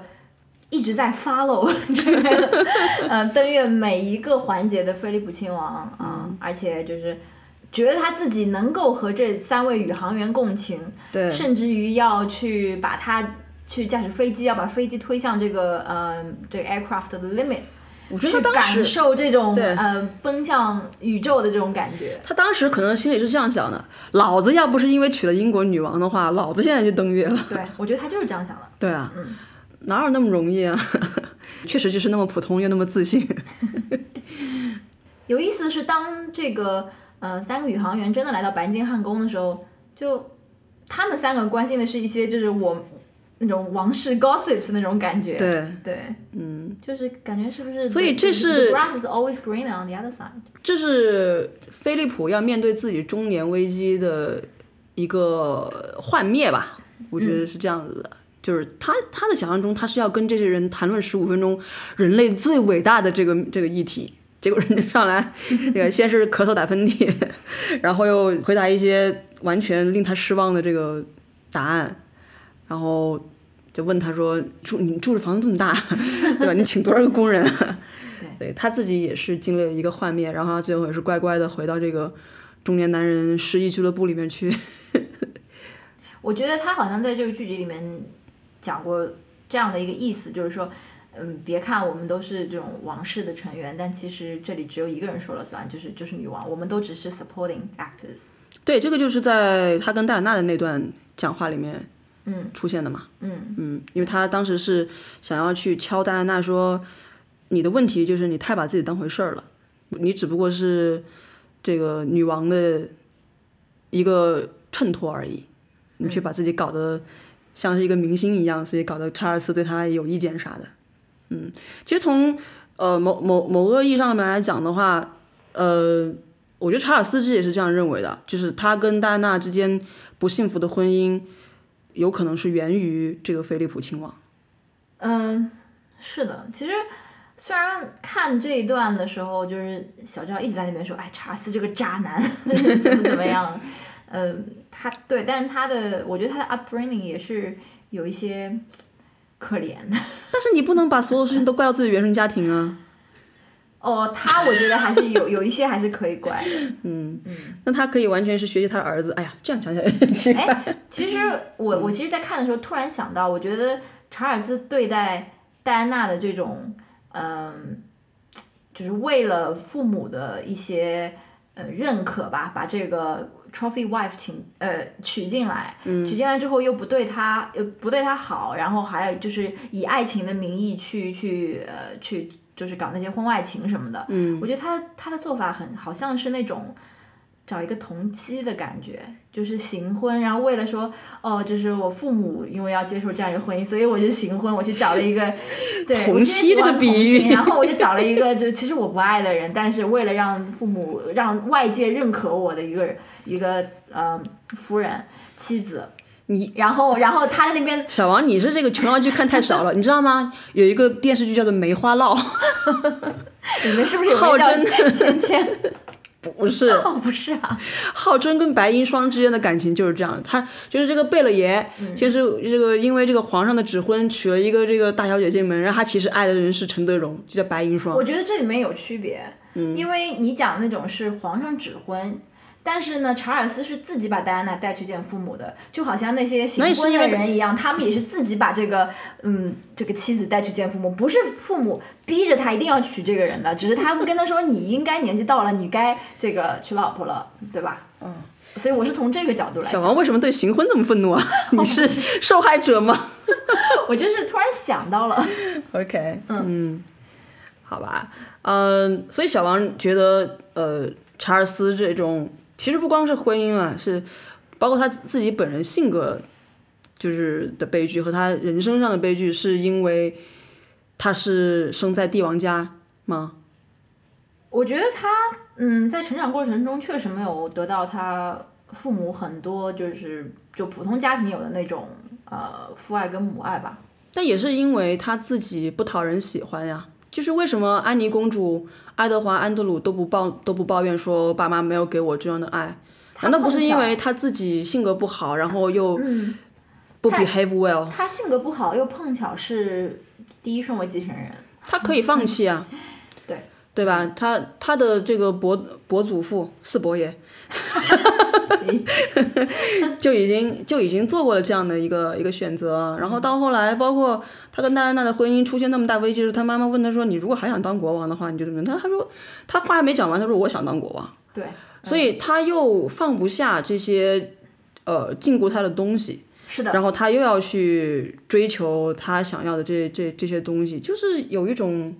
Speaker 1: 一直在 follow 这个，嗯，登月每一个环节的菲利普亲王，嗯，而且就是觉得他自己能够和这三位宇航员共情，
Speaker 2: 对
Speaker 1: 甚至于要去把他去驾驶飞机，要把飞机推向这个，呃，这个 aircraft 的 limit，
Speaker 2: 我觉
Speaker 1: 去
Speaker 2: 得他当
Speaker 1: 感
Speaker 2: 时
Speaker 1: 受这种，
Speaker 2: 对
Speaker 1: 呃，奔向宇宙的这种感 觉。
Speaker 2: 他当时可能心里是这样想的：老子要不是因为娶了英国女王的话，老子现在就登月了。
Speaker 1: 对，我觉得他就是这样想的。
Speaker 2: 对啊，哪有那么容易啊？ 确实就是那么普通又那么自信。
Speaker 1: 有意思的是，当这个呃三个宇航员真的来到白金汉宫的时候，就他们三个关心的是一些就是我那种王室 gossips 那种感觉。
Speaker 2: 对，啊
Speaker 1: 对，嗯，就是感觉是不是？
Speaker 2: 所以这是
Speaker 1: the grass is always greener on the other side。
Speaker 2: 这是菲利普要面对自己中年危机的一个幻灭吧？我觉得是这样子的。就是他，他的想象中，他是要跟这些人谈论十五分钟人类最伟大的这个这个议题，结果人家上来，这个先是咳嗽打喷嚏， 然后又回答一些完全令他失望的这个答案，然后就问他说：“住你住的房子这么大，对吧？你请多少个工人啊？”对他自己也是经历了一个幻灭，然后他最后也是乖乖的回到这个中年男人失忆俱乐部里面去。
Speaker 1: 我觉得他好像在这个剧集里面讲过这样的一个意思，就是说。嗯，别看我们都是这种王室的成员，但其实这里只有一个人说了算，就是就是女王，我们都只是 supporting actors。
Speaker 2: 对，这个就是在他跟戴安娜的那段讲话里面，
Speaker 1: 嗯，
Speaker 2: 出现的嘛。
Speaker 1: 嗯
Speaker 2: 嗯，因为他当时是想要去敲戴安娜说，你的问题就是你太把自己当回事儿了，你只不过是这个女王的一个衬托而已，你
Speaker 1: 嗯
Speaker 2: 却把自己搞得像是一个明星一样，所以搞得查尔斯对他有意见啥的。嗯，其实从呃某某某个意义上面来讲的话，呃，我觉得查尔斯自己也是这样认为的，就是他跟戴安娜之间不幸福的婚姻。有可能是源于这个菲利普亲王。
Speaker 1: 嗯，是的，其实虽然看这一段的时候，就是小赵一直在那边说，哎，查尔斯这个渣男 怎么怎么样，嗯，他对，但是他的，我觉得他的 upbringing 也是有一些可怜。
Speaker 2: 但是你不能把所有事情都怪到自己原生家庭啊。
Speaker 1: 哦，他我觉得还是有有一些还是可以怪的。
Speaker 2: 那他可以完全是学习他的儿子。哎呀，这样想想也很奇怪。
Speaker 1: 哎，其实我我其实，在看的时候突然想到，我觉得查尔斯对待戴安娜的这种，嗯，就是为了父母的一些呃认可吧，把这个 trophy wife 请呃娶进来，娶进来之后又不对她又不对她好，然后还有就是以爱情的名义去去呃去就是搞那些婚外情什么的，嗯，我觉得他他的做法很好像是那种。找一个同妻的感觉，就是行婚，然后为了说，哦，就是我父母因为要接受这样一个婚姻，所以我就行婚，我去找了一 个，对，
Speaker 2: 同
Speaker 1: 我其实
Speaker 2: 妻
Speaker 1: 喜欢
Speaker 2: 这个比喻
Speaker 1: 同性然后我就找了一个，就其实我不爱的人，但是为了让父母、让外界认可我的一个一个呃夫人、妻子，
Speaker 2: 你
Speaker 1: 然后然后他在那边
Speaker 2: 小王，你是这个琼瑶剧看太少了，你知道吗？有一个电视剧叫做《梅花烙》，
Speaker 1: 你们是不是有
Speaker 2: 浩
Speaker 1: 个叫
Speaker 2: 真
Speaker 1: 芊芊？
Speaker 2: 不是
Speaker 1: 哦，不是啊，
Speaker 2: 浩真跟白银霜之间的感情就是这样，他就是这个贝勒爷，先是这个因为这个皇上的指婚娶了一个这个大小姐进门，然后他其实爱的人是陈德容，就叫白银霜
Speaker 1: 我。觉得这里面有区别，
Speaker 2: 嗯
Speaker 1: 因为你讲那种是皇上指婚。但是呢，查尔斯是自己把戴安娜带去见父母的，就好像那些行
Speaker 2: 那也是
Speaker 1: 婚
Speaker 2: 因
Speaker 1: 的
Speaker 2: 为
Speaker 1: 人一样，他们也是自己把这个，嗯，这个妻子带去见父母，不是父母逼着他一定要娶这个人的，只是他们跟他说你应该年纪到了，你该这个娶老婆了，对吧？嗯，所以我是从这个角度来
Speaker 2: 小
Speaker 1: 想，
Speaker 2: 王为什么对行婚这么愤怒 啊？你是受害者吗？
Speaker 1: 我就是突然想到了，
Speaker 2: OK，嗯好吧，嗯、所以小王觉得，呃，查尔斯这种其实不光是婚姻啊，是包括他自己本人性格就是的悲剧和他人生上的悲剧，是因为他是生在帝王家吗？
Speaker 1: 我觉得他，嗯，在成长过程中确实没有得到他父母很多就是就普通家庭有的那种呃父爱跟母爱吧。
Speaker 2: 但也是因为她自己不讨人喜欢呀。就是为什么安妮公主、爱德华、安德鲁都不抱都不抱怨说爸妈没有给我这样的爱？难道不是因为她自己性格不好，然后又不 behave well？
Speaker 1: 他性格不好，又碰巧是第一顺位继承人，
Speaker 2: 她可以放弃啊，
Speaker 1: 嗯对
Speaker 2: 对吧？她她的这个伯伯祖父四伯爷 就已经就已经做过了这样的一个一个选择啊。然后到后来，包括她跟戴安娜的婚姻出现那么大危机时，她妈妈问她说：“你如果还想当国王的话，你就怎么样？”她她说她话还没讲完，她说：“我想当国王。”
Speaker 1: 对，
Speaker 2: 所以他又放不下这些呃禁锢他的东西，
Speaker 1: 是的，
Speaker 2: 然后他又要去追求他想要的这这这些东西，就是有一种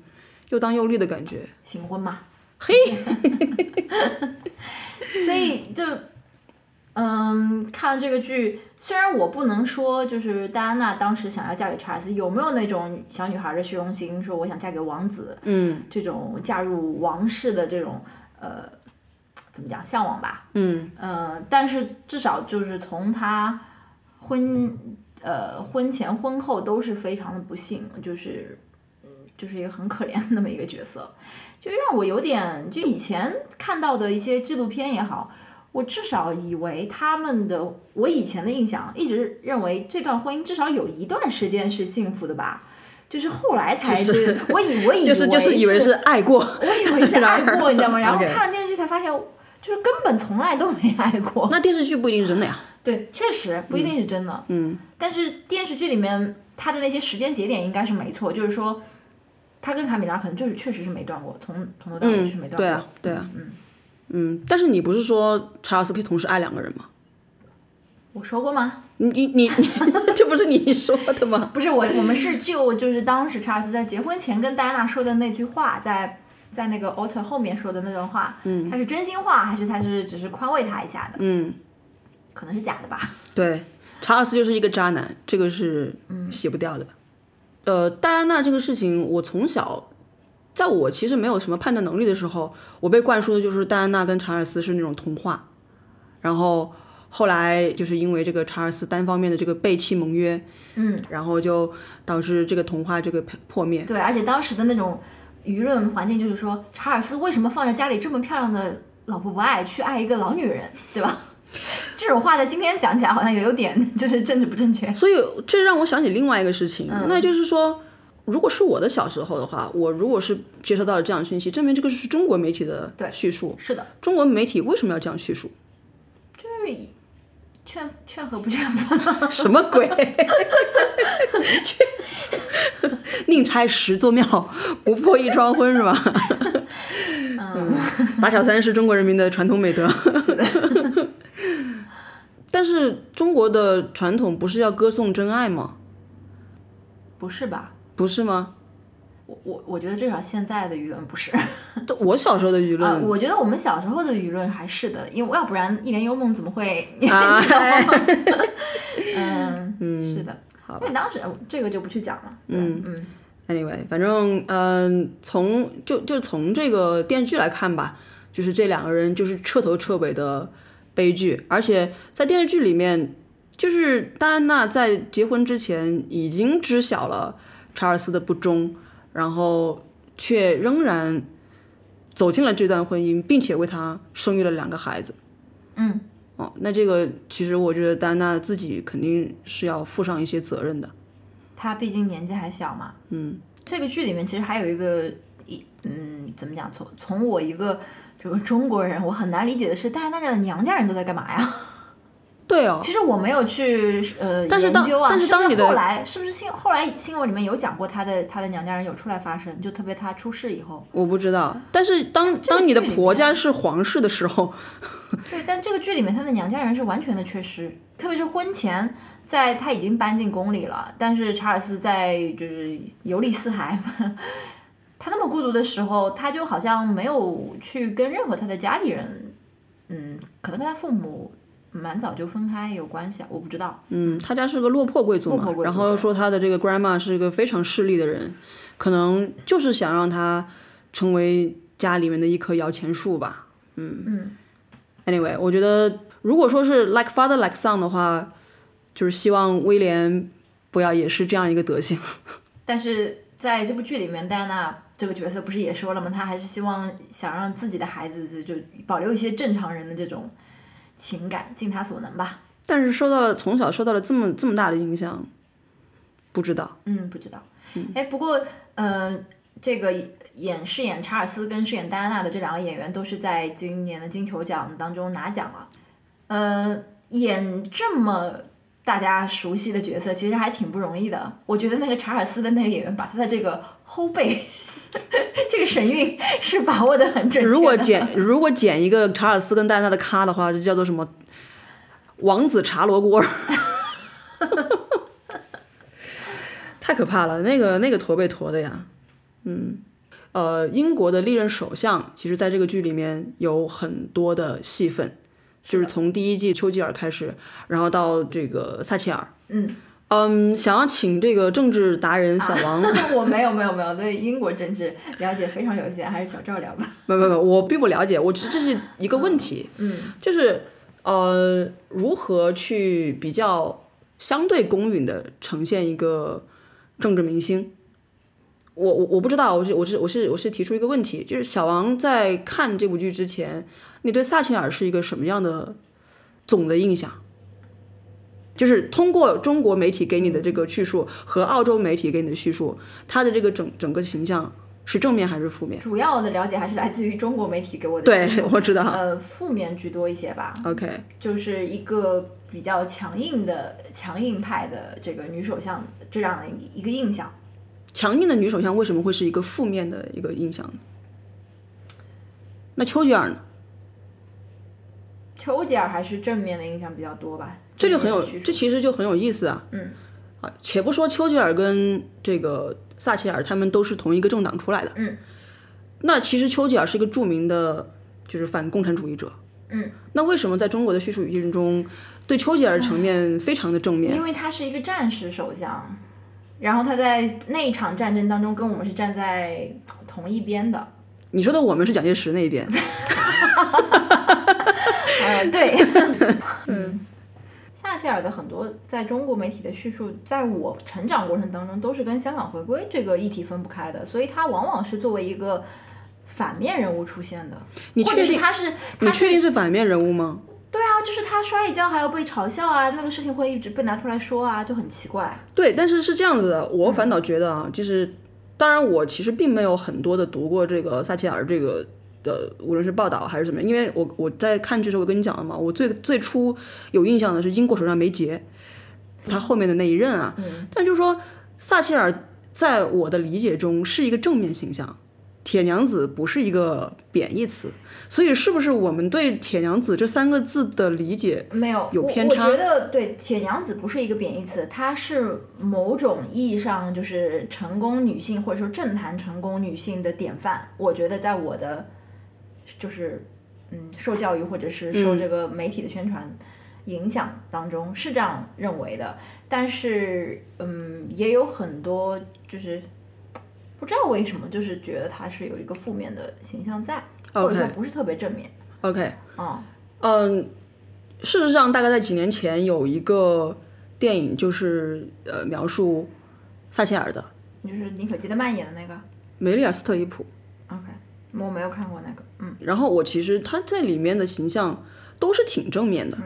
Speaker 2: 又当又立的感觉。
Speaker 1: 行婚嘛，嘿， 所以就嗯，看了这个剧，虽然我不能说就是戴安娜当时想要嫁给查尔斯有没有那种小女孩的虚荣心，说我想嫁给王子，
Speaker 2: 嗯
Speaker 1: 这种嫁入王室的这种呃，怎么讲向往吧，
Speaker 2: 嗯，
Speaker 1: 呃，但是至少就是从她婚呃婚前婚后都是非常的不幸，就是嗯就是一个很可怜的那么一个角色，就让我有点就以前看到的一些纪录片也好。我至少以为他们的，我以前的印象一直认为这段婚姻至少有一段时间是幸福的吧，就是后来才
Speaker 2: 就是
Speaker 1: 对我以我以为
Speaker 2: 就是就是以为是爱过，
Speaker 1: 我以为是爱过，你知道 吗？然后
Speaker 2: OK
Speaker 1: 看了电视剧才发现，就是根本从来都没爱过。
Speaker 2: 那电视剧不一定是真的呀。
Speaker 1: 对，确实不一定是真的。
Speaker 2: 嗯，
Speaker 1: 但是电视剧里面他的那些时间节点应该是没错，就是说他跟卡米拉可能就是确实是没断过，从从头到尾哦就是没断
Speaker 2: 嗯，
Speaker 1: 过。
Speaker 2: 对啊，对啊，嗯嗯，但是你不是说查尔斯可以同时爱两个人吗？
Speaker 1: 我说过吗？
Speaker 2: 你你你，你 这不是你说的吗？
Speaker 1: 不是我，我们是就就是当时查尔斯在结婚前跟戴安娜说的那句话，在在那个 a l t e r 后面说的那段话，嗯，他是真心话还是他是只是宽慰他一下的？
Speaker 2: 嗯，
Speaker 1: 可能是假的吧。
Speaker 2: 对，查尔斯就是一个渣男，这个是
Speaker 1: 嗯
Speaker 2: 洗不掉的。呃，戴安娜这个事情，我从小，在我其实没有什么判断能力的时候，我被灌输的就是戴安娜跟查尔斯是那种童话。然后后来就是因为这个查尔斯单方面的这个背弃盟约，
Speaker 1: 嗯，
Speaker 2: 然后就导致这个童话这个破灭。
Speaker 1: 对，而且当时的那种舆论环境就是说，查尔斯为什么放着家里这么漂亮的老婆不爱，去爱一个老女人，对吧？ 这种话在今天讲起来好像也有点就是政治不正确。
Speaker 2: 所以这让我想起另外一个事情，
Speaker 1: 嗯
Speaker 2: 那就是说，如果是我的小时候的话，我如果是接收到了这样的讯息，证明这个是中国媒体的
Speaker 1: 对
Speaker 2: 叙述。
Speaker 1: 是的，
Speaker 2: 中文媒体为什么要这样叙述？
Speaker 1: 就是以劝劝和 不劝分，
Speaker 2: 什么鬼？ 宁拆十座庙，不破一桩婚是吧？嗯，打小三是中国人民的传统美德。但是中国的传统不是要歌颂真爱吗？
Speaker 1: 不是吧？
Speaker 2: 不是 吗？
Speaker 1: 我我我觉得至少现在的舆论不是啊、
Speaker 2: 这我小时候的舆论
Speaker 1: 呃我觉得我们小时候的舆论还是的，因为要不然一帘幽梦怎么会？
Speaker 2: 啊，
Speaker 1: 嗯嗯，是的，因为当时呃这个就不去讲了。嗯嗯，
Speaker 2: Anyway，反正嗯、从就就从这个电视剧来看吧，就是这两个人就是彻头彻尾的悲剧，而且在电视剧里面，就是戴安娜在结婚之前已经知晓了查尔斯的不忠，然后却仍然走进了这段婚姻，并且为他生育了两个孩子。
Speaker 1: 嗯，
Speaker 2: 哦，那这个其实我觉得戴安娜自己肯定是要负上一些责任的。
Speaker 1: 他毕竟年纪还小嘛。嗯，这个剧里面其实还有一个一嗯，怎么讲？从从我一个这个中国人，我很难理解的是，大家那个娘家人都在干嘛呀？
Speaker 2: 对哦，
Speaker 1: 其实我没有去呃
Speaker 2: 但是当
Speaker 1: 研究啊，
Speaker 2: 但是当
Speaker 1: 不
Speaker 2: 你的
Speaker 1: 后来是不是新后来新闻里面有讲过他的他的娘家人有出来发声，就特别他出事以后。
Speaker 2: 我不知道，但是当当你的婆家是皇室的时候，
Speaker 1: 对，但这个剧里面他的娘家人是完全的缺失，特别是婚前，在他已经搬进宫里了，但是查尔斯在就是游历四海，他那么孤独的时候，他就好像没有去跟任何他的家里人，嗯，可能跟他父母蛮早就分开有关系啊，我不知道。
Speaker 2: 嗯，他家是个落魄贵族
Speaker 1: 落
Speaker 2: 嘛，
Speaker 1: 魄贵族
Speaker 2: 然后说他的这个 grandma 是一个非常势利的人，可能就是想让他成为家里面的一棵摇钱树吧。
Speaker 1: 嗯，
Speaker 2: Anyway，我觉得如果说是 like father like son 的话，就是希望威廉不要也是这样一个德行。
Speaker 1: 但是在这部剧里面，戴安娜这个角色不是也说了吗？她还是希望想让自己的孩子就就保留一些正常人的这种情感，尽她所能吧。
Speaker 2: 但是受到了从小受到了这么这么大的影响，不知道。
Speaker 1: 嗯，不知道。哎，不过，呃，这个演饰演查尔斯跟饰演戴安娜的这两个演员都是在今年的金球奖当中拿奖了。呃，演这么大家熟悉的角色，其实还挺不容易的。我觉得那个查尔斯的那个演员，把他的这个后背， 这个神韵是把握的很准确的。
Speaker 2: 如果剪如果剪一个查尔斯跟戴安娜的咖的话，就叫做什么王子茶罗锅。 太可怕了，那个那个驼背驼的呀，嗯，呃，英国的历任首相，其实在这个剧里面有很多的戏份，就是从第一季丘吉尔开始，然后到这个撒切尔，
Speaker 1: 嗯
Speaker 2: 嗯，想要请这个政治达人小王，
Speaker 1: 我没有没有没有对英国政治了解非常有限，还是小赵聊吧。
Speaker 2: 不不不，我并不了解，我这这是一个问题，
Speaker 1: 嗯
Speaker 2: 就是呃，如何去比较相对公允的呈现一个政治明星？我我我不知道，我是我是我是我是提出一个问题，就是小王在看这部剧之前，你对撒切尔是一个什么样的总的印象？就是通过中国媒体给你的这个叙述和澳洲媒体给你的叙述，他的这个整整个形象是正面还是负面？
Speaker 1: 主要的了解还是来自于中国媒体给我的
Speaker 2: 对
Speaker 1: 信息，
Speaker 2: 我知道。
Speaker 1: 呃负面居多一些吧。
Speaker 2: OK，
Speaker 1: 就是一个比较强硬的强硬派的这个女首相这样的一个印象。
Speaker 2: 强硬的女首相为什么会是一个负面的一个印象呢？那丘吉尔呢？
Speaker 1: 丘吉尔还是正面的印象比较多吧，
Speaker 2: 这就很有，
Speaker 1: 正面的叙
Speaker 2: 这其实就很有意思啊。
Speaker 1: 嗯。
Speaker 2: 啊，且不说丘吉尔跟这个撒切尔他们都是同一个政党出来的。
Speaker 1: 嗯。
Speaker 2: 那其实丘吉尔是一个著名的，就是反共产主义者。
Speaker 1: 嗯。
Speaker 2: 那为什么在中国的叙述语境中，对丘吉尔的层面非常的正
Speaker 1: 述
Speaker 2: 面？
Speaker 1: 因为他是一个战时首相，然后他在那一场战争当中跟我们是站在同一边的。
Speaker 2: 你说的我们是蒋介石那一边，
Speaker 1: 呃， 对，嗯。撒切尔的很多在中国媒体的叙述，在我成长过程当中都是跟香港回归这个议题分不开的，所以他往往是作为一个反面人物出现的。
Speaker 2: 你
Speaker 1: 或
Speaker 2: 确
Speaker 1: 者是
Speaker 2: 定？
Speaker 1: 他是
Speaker 2: 你
Speaker 1: 他
Speaker 2: 确定是反面人物吗？
Speaker 1: 对啊，就是他摔一跤还要被嘲笑啊，那个事情会一直被拿出来说啊，就很奇怪。
Speaker 2: 对，但是是这样子的，我反倒觉得啊，就是当然我其实并没有很多的读过这个撒切尔这个的，无论是报道还是怎么样，因为我我在看剧的时候我跟你讲了嘛，我最最初有印象的是英国首相梅杰，他后面的那一任啊，但就是说撒切尔在我的理解中是一个正面形象。铁娘子不是一个贬义词，所以是不是我们对“铁娘子”这三个字的理解
Speaker 1: 没有
Speaker 2: 有
Speaker 1: 我
Speaker 2: 偏差
Speaker 1: 我觉得对“铁娘子”不是一个贬义词，它是某种意义上就是成功女性或者说政坛成功女性的典范。我觉得在我的就是嗯受教育或者是受
Speaker 2: 嗯
Speaker 1: 这个媒体的宣传影响当中是这样认为的，但是嗯也有很多就是。不知道为什么，就是觉得它是有一个负面的形象在或者说
Speaker 2: OK
Speaker 1: 不是特别正面。
Speaker 2: ？OK，
Speaker 1: 嗯，
Speaker 2: 嗯，事实上，大概在几年前有一个电影，就是呃描述撒切尔的
Speaker 1: 就是妮可基德曼演的那个，
Speaker 2: 梅丽尔·斯特里普。
Speaker 1: OK，我没有看过那个，嗯，
Speaker 2: 然后我其实他在里面的形象都是挺正面的，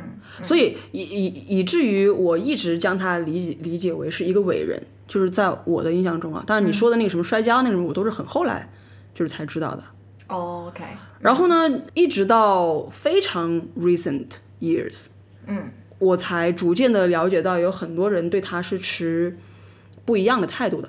Speaker 2: 所以以以以至于我一直将他理解理解为是一个伟人，就是在我的印象中啊。当然你说的那个什么摔跤那个什么，我都是很后来就是才知道的。
Speaker 1: OK，
Speaker 2: 然后呢，一直到非常 recent years，
Speaker 1: 嗯
Speaker 2: 我才逐渐的了解到，有很多人对他是持不一样的态度的，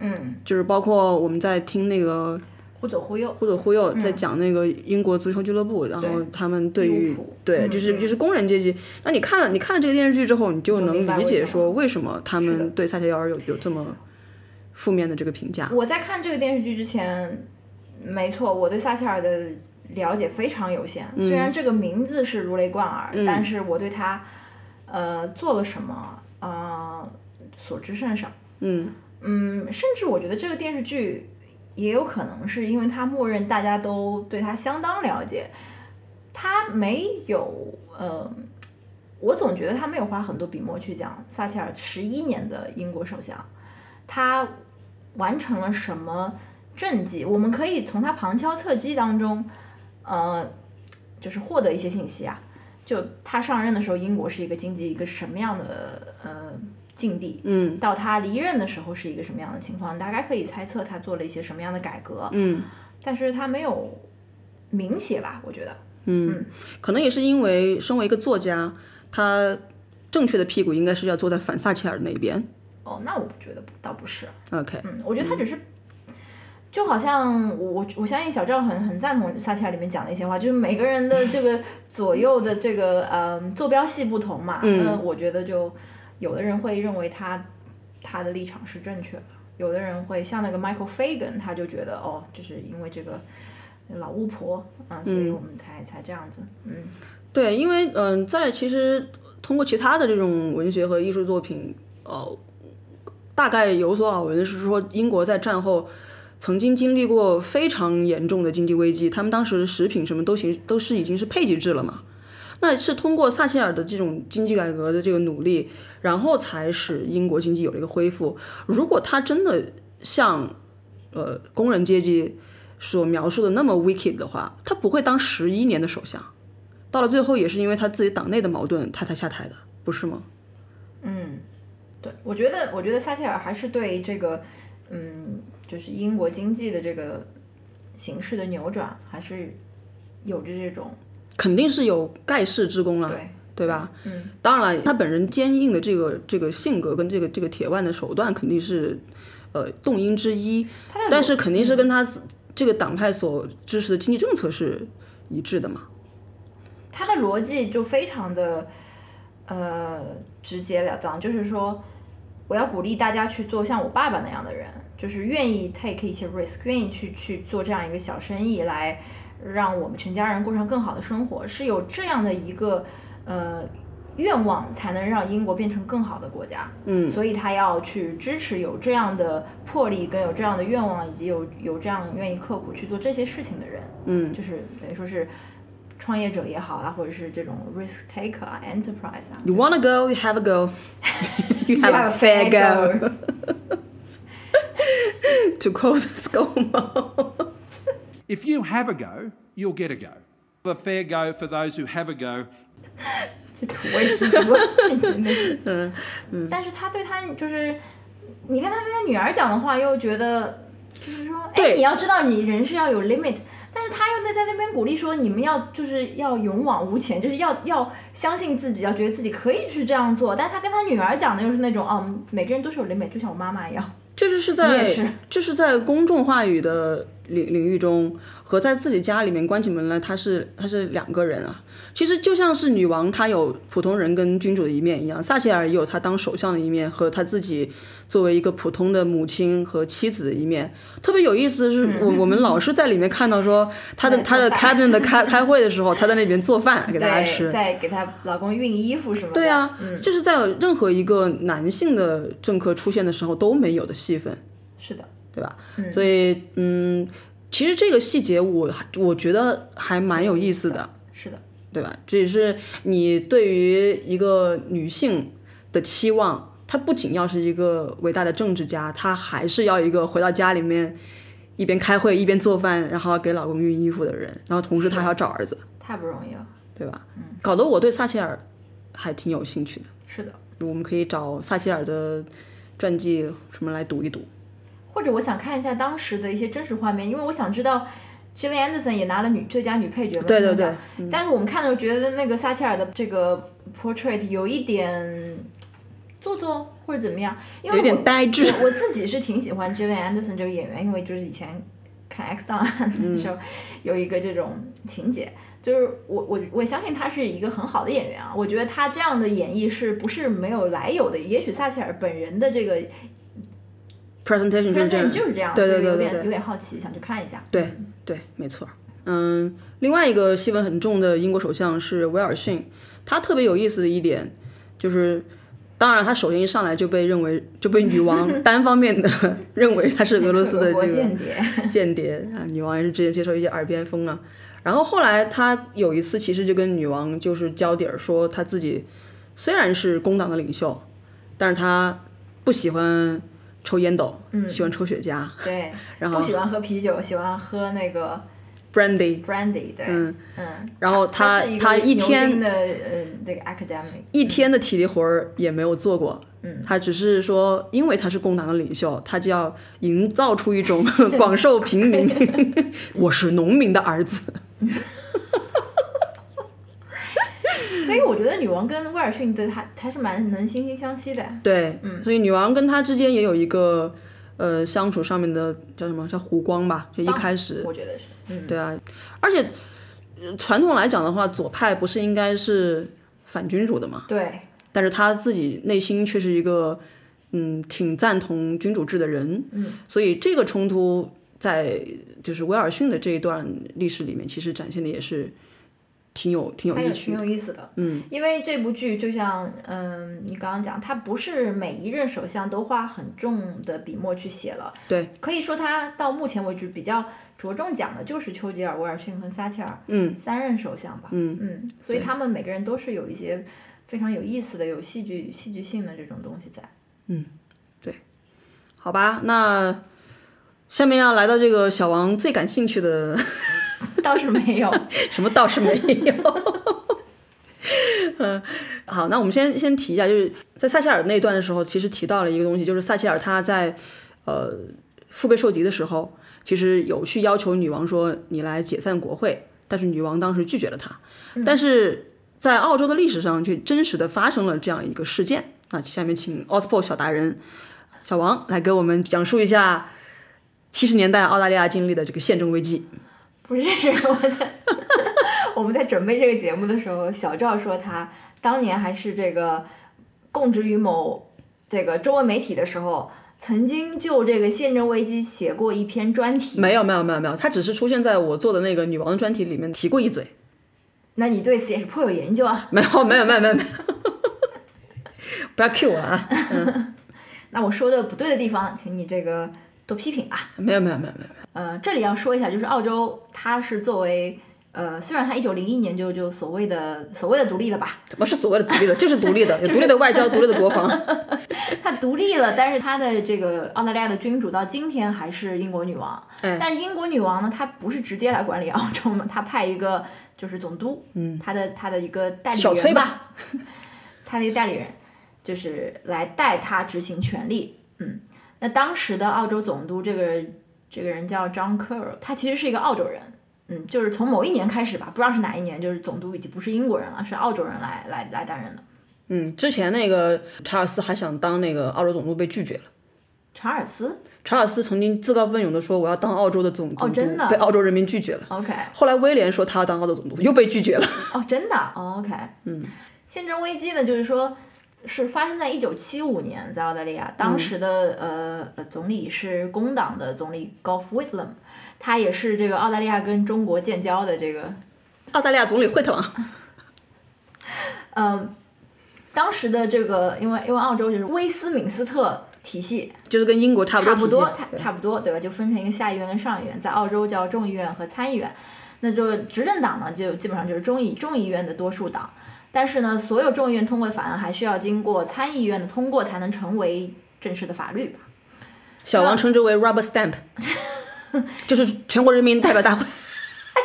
Speaker 1: 嗯，
Speaker 2: 就是包括我们在听那个
Speaker 1: 忽左忽右，
Speaker 2: 忽左忽右在讲那个英国足球俱乐部，然后他们对
Speaker 1: 嗯利
Speaker 2: 于
Speaker 1: 物浦
Speaker 2: 对
Speaker 1: 嗯
Speaker 2: 就是就是工人阶级，那你看了你看了这个电视剧之后，你就
Speaker 1: 就明白
Speaker 2: 能理
Speaker 1: 为什
Speaker 2: 解
Speaker 1: 么
Speaker 2: 说为什么他
Speaker 1: 是
Speaker 2: 们对撒切尔有有这么负面的这个评价。
Speaker 1: 我在看这个电视剧之前，没错，我对撒切尔的了解非常有限，
Speaker 2: 嗯
Speaker 1: 虽然这个名字是如雷贯耳，但是我对他，呃，做了什么，呃，所知甚少。
Speaker 2: 嗯，
Speaker 1: 嗯，甚至我觉得这个电视剧也有可能是因为它默认大家都对它相当了解，它没有呃，我总觉得他没有花很多笔墨去讲撒切尔十一年的英国首相，他完成了什么政绩，我们可以从他旁敲侧击当中，呃，就是获得一些信息啊。就他上任的时候，英国是一个经济一个什么样的呃境地，
Speaker 2: 嗯
Speaker 1: 到他离任的时候是一个什么样的情况，大概可以猜测他做了一些什么样的改革，
Speaker 2: 嗯
Speaker 1: 但是他没有明写吧？我觉得，
Speaker 2: 嗯，可能也是因为身为一个作家，他正确的屁股应该是要坐在反撒切尔那边。
Speaker 1: 哦，那我不觉得不倒不是，
Speaker 2: OK，
Speaker 1: 嗯，我觉得他只是，就好像我我我相信小赵很很赞同撒切尔里面讲的一些话，就是每个人的这 个左右的这个呃坐标系不同嘛，
Speaker 2: 嗯
Speaker 1: 那我觉得就有的人会认为他他的立场是正确的，有的人会像那个 Michael Fagan，他就觉得哦，就是因为这个老巫婆啊、所以我们才、才这样子，嗯，
Speaker 2: 对，因为嗯、在其实通过其他的这种文学和艺术作品，呃，大概有所耳闻是说，英国在战后曾经经历过非常严重的经济危机，他们当时食品什么都行都是已经是配给制了嘛。那是通过撒切尔的这种经济改革的这个努力，然后才使英国经济有了一个恢复。如果他真的像呃工人阶级所描述的那么 wicked 的话，他不会当十一年的首相。到了最后也是因为他自己党内的矛盾，他才下台的，不是吗？
Speaker 1: 嗯，对，我觉得，我觉得撒切尔还是对这个，嗯，就是英国经济的这个形势的扭转，还是有着这种
Speaker 2: 肯定是有盖世之功了，
Speaker 1: 对，
Speaker 2: 对吧？
Speaker 1: 嗯，
Speaker 2: 当然了，他本人坚硬的这个这个性格跟这个这个铁腕的手段肯定是呃动因之一，
Speaker 1: 他的
Speaker 2: 但
Speaker 1: 逻
Speaker 2: 是肯定是跟他自这个党派所支持的经济政策是一致的嘛。
Speaker 1: 他的逻辑就非常的呃直截了当，就是说我要鼓励大家去做像我爸爸那样的人，就是愿意 take 一些 risk，愿意去去做这样一个小生意来让我们全家人过上更好的生活，是有这样的一个呃愿望才能让英国变成更好的国家。
Speaker 2: 嗯，
Speaker 1: 所以他要去支持有这样的魄力、跟有这样的愿望，以及有有这样愿意刻苦去做这些事情的人。
Speaker 2: 嗯，
Speaker 1: 就是等于说是创业者也好啊，或者是这种 risk taker 啊、enterprise 啊
Speaker 2: You wanna go, you have a go. you have a fair go.
Speaker 1: go。
Speaker 2: To quote Scomo.
Speaker 3: If you have a go, you'll get a go. A fair go for those who have a go
Speaker 1: 这土味十 足，啊真的是。嗯，但是他对他就是，你看他对他女儿讲的话，又觉得就是说，哎，
Speaker 2: 对
Speaker 1: 你要知道你人是要有 limit，但是他又在在那边鼓励说，你们要就是要勇往无前，就是要要相信自己，要觉得自己可以去这样做。但是他跟他女儿讲的又是那种，哦，每个人都是有 limit，就像我妈妈一样。
Speaker 2: 这就是
Speaker 1: 你
Speaker 2: 在
Speaker 1: 也是
Speaker 2: 这是在公众话语的领领域中和在自己家里面关起门来，他是他是两个人啊。其实就像是女王，她有普通人跟君主的一面一样，撒切尔也有她当首相的一面和她自己作为一个普通的母亲和妻子的一面。特别有意思的是，我我们老是在里面看到 说她的她
Speaker 1: 她在
Speaker 2: 的
Speaker 1: 嗯做饭
Speaker 2: cabinet 的开开会的时候，她在那边做饭给大家吃
Speaker 1: 对，。在嗯给她老公熨衣服什么的。
Speaker 2: 对啊，就是在有任何一个男性的政客出现的时候都没有的戏份。
Speaker 1: 是的，
Speaker 2: 对吧？所以嗯，其实这个细节我还我觉得还蛮有意思的，
Speaker 1: 是的，
Speaker 2: 对吧？这也是你对于一个女性的期望。她不仅要是一个伟大的政治家，她还是要一个回到家里面一边开会一边做饭，然后给老公熨衣服的人。然后同时她还要找儿子，
Speaker 1: 太不容易了。
Speaker 2: 对吧？
Speaker 1: 嗯
Speaker 2: 搞得我对撒切尔还挺有兴趣的。
Speaker 1: 是的。
Speaker 2: 我们可以找撒切尔的传记什么来读一读。
Speaker 1: 或者我想看一下当时的一些真实画面，因为我想知道 Gillian Anderson 也拿了女最佳女配角嘛。
Speaker 2: 对对
Speaker 1: 金
Speaker 2: 嗯
Speaker 1: 像奖。但是我们看的时候觉得那个撒切尔的这个 portrait 有一点做作或者怎么样，因为
Speaker 2: 有点
Speaker 1: 我
Speaker 2: 呆滞
Speaker 1: 我我自己是挺喜欢 Gillian Anderson 这个演员，因为就是以前看 X 档案
Speaker 2: 嗯
Speaker 1: 的时候、有一个这种情节。就是我我我相信他是一个很好的演员啊，我觉得他这样的演绎是不是没有来由的？也许撒切尔本人的这个
Speaker 2: presentation 嗯就是这样，
Speaker 1: 就是这样，
Speaker 2: 对
Speaker 1: 所
Speaker 2: 对
Speaker 1: 以
Speaker 2: 对
Speaker 1: 有
Speaker 2: 对
Speaker 1: 点
Speaker 2: 对
Speaker 1: 有。点好奇，想去看一下。
Speaker 2: 对对，没错。嗯，另外一个戏份很重的英国首相是威尔逊，他特别有意思的一点就是，当然他首先一上来就被认为就被 女王单方面的认为他是俄罗斯的
Speaker 1: 克格勃
Speaker 2: 这
Speaker 1: 间
Speaker 2: 个
Speaker 1: 谍，
Speaker 2: 间谍啊，女王也是之前接受一些耳边风啊。然后后来他有一次其实就跟女王就是交底儿，说他自己虽然是工党的领袖，但是他不喜欢抽烟斗，
Speaker 1: 嗯
Speaker 2: 喜欢抽雪茄
Speaker 1: 对，
Speaker 2: 然后
Speaker 1: 不喜欢喝啤酒，喜欢喝那个
Speaker 2: （brandy）。
Speaker 1: brandy，对，
Speaker 2: 嗯
Speaker 1: 嗯，
Speaker 2: 然后他
Speaker 1: 是一个
Speaker 2: 他一
Speaker 1: 牛
Speaker 2: 天
Speaker 1: 津的呃那个 academic，
Speaker 2: 一天的体力活儿也没有做过。嗯，他只是说，因为他是共党的领袖，他就要营造出一种 广受平 民，我是农民的儿子。
Speaker 1: 所以我觉得女王跟威尔逊对他还是蛮能惺惺相惜的。
Speaker 2: 对，嗯，所以女王跟他之间也有一个呃相处上面的叫什么叫湖光吧，就一开始，
Speaker 1: 我觉得是，嗯，
Speaker 2: 对啊，而且呃传统来讲的话，左派不是应该是反君主的嘛？
Speaker 1: 对，
Speaker 2: 但是他自己内心却是一个嗯挺赞同君主制的人，嗯，所以这个冲突在就是威尔逊的这一段历史里面，其实展现的也是挺有挺有
Speaker 1: 还有
Speaker 2: 意
Speaker 1: 挺
Speaker 2: 趣的，
Speaker 1: 有意思的，嗯，因为这部剧就像嗯你刚刚讲，他不是每一任首相都花很重的笔墨去写了，
Speaker 2: 对，
Speaker 1: 可以说他到目前为止比较着重讲的就是丘吉尔、威尔逊和撒切尔，
Speaker 2: 嗯，
Speaker 1: 三任首相吧，嗯嗯，所以他们每个人都是有一些非常有意思的、有戏剧戏剧性的这种东西在。
Speaker 2: 好吧，那下面要来到这个小王最感兴趣的，
Speaker 1: 倒是没有，
Speaker 2: 什么倒是没有。 嗯，好，那我们先先提一下，就是在撒切尔那一段的时候，其实提到了一个东西，就是撒切尔他在呃腹背受敌的时候，其实有去要求女王说你来解散国会，但是女王当时拒绝了他。但是在澳洲的历史上，却真实的发生了这样一个事件。那下面请 OSPO 小达人小王来给我们讲述一下七十年代澳大利亚经历的这个宪政危机。
Speaker 1: 不是我在我们在准备这个节目的时候，小赵说他当年还是这个供职于某这个中文媒体的时候，曾经就这个宪政危机写过一篇专题。
Speaker 2: 没有没有没有没有，他只是出现在我做的那个女王的专题里面提过一嘴。
Speaker 1: 那你对此也是颇有研究啊？
Speaker 2: 没有没有没有没有没有，不要 cue 我啊！
Speaker 1: 那我说的不对的地方，请你这个多批评啊。
Speaker 2: 没有没有没有没有没有，
Speaker 1: 呃，这里要说一下，就是澳洲，它是作为呃，虽然它一九零一年就就所谓的所谓的独立了吧，
Speaker 2: 怎么是所谓的独 立的？就是独立的，有独立的外交，独立的国防。
Speaker 1: 它独立了，但是它的这个澳大利亚的君主到今天还是英国女王。
Speaker 2: 哎
Speaker 1: 但是英国女王呢，她不是直接来管理澳洲嘛，她派一个就是总督，嗯，她的她的一个代理
Speaker 2: 小崔
Speaker 1: 人吧，她的一个代理人就是来代她执行权力。嗯，那当时的澳洲总督这个这个人叫 John Kerr，他其实是一个澳洲人。嗯，就是从某一年开始吧，不知道是哪一年，就是总督已经不是英国人了，是澳洲人来来来担任的。
Speaker 2: 嗯，之前那个查尔斯还想当那个澳洲总督，被拒绝了。
Speaker 1: 查尔斯
Speaker 2: 查尔斯曾经自告奋勇的说我要当澳洲的总总督，
Speaker 1: 哦真的
Speaker 2: 被澳洲人民拒绝了。
Speaker 1: ，OK，
Speaker 2: 后来威廉说他要当澳洲总督，又被拒绝了。
Speaker 1: 哦，真的、哦、，OK，嗯，宪政危机呢，就是说是发生在一九七五年，在澳大利亚，当时的、呃呃总理是工党的总理 Gough Whitlam，他也是这个澳大利亚跟中国建交的这个
Speaker 2: 澳大利亚总理惠特朗，
Speaker 1: 嗯，当时的这个，因为因为澳洲就是威斯敏斯特体系，
Speaker 2: 就是跟英国差不多
Speaker 1: 差
Speaker 2: 体
Speaker 1: 不
Speaker 2: 系，
Speaker 1: 多，差差不多，对吧？就分成一个下议院跟上议院，在澳洲叫众议院和参议院。那就执政党呢，就基本上就是众议众议院的多数党。但是呢，所有众议院通过的法案还需要经过参议院的通过，才能成为正式的法律吧？
Speaker 2: 小王称之为 rubber stamp，就是全国人民代表大会。哎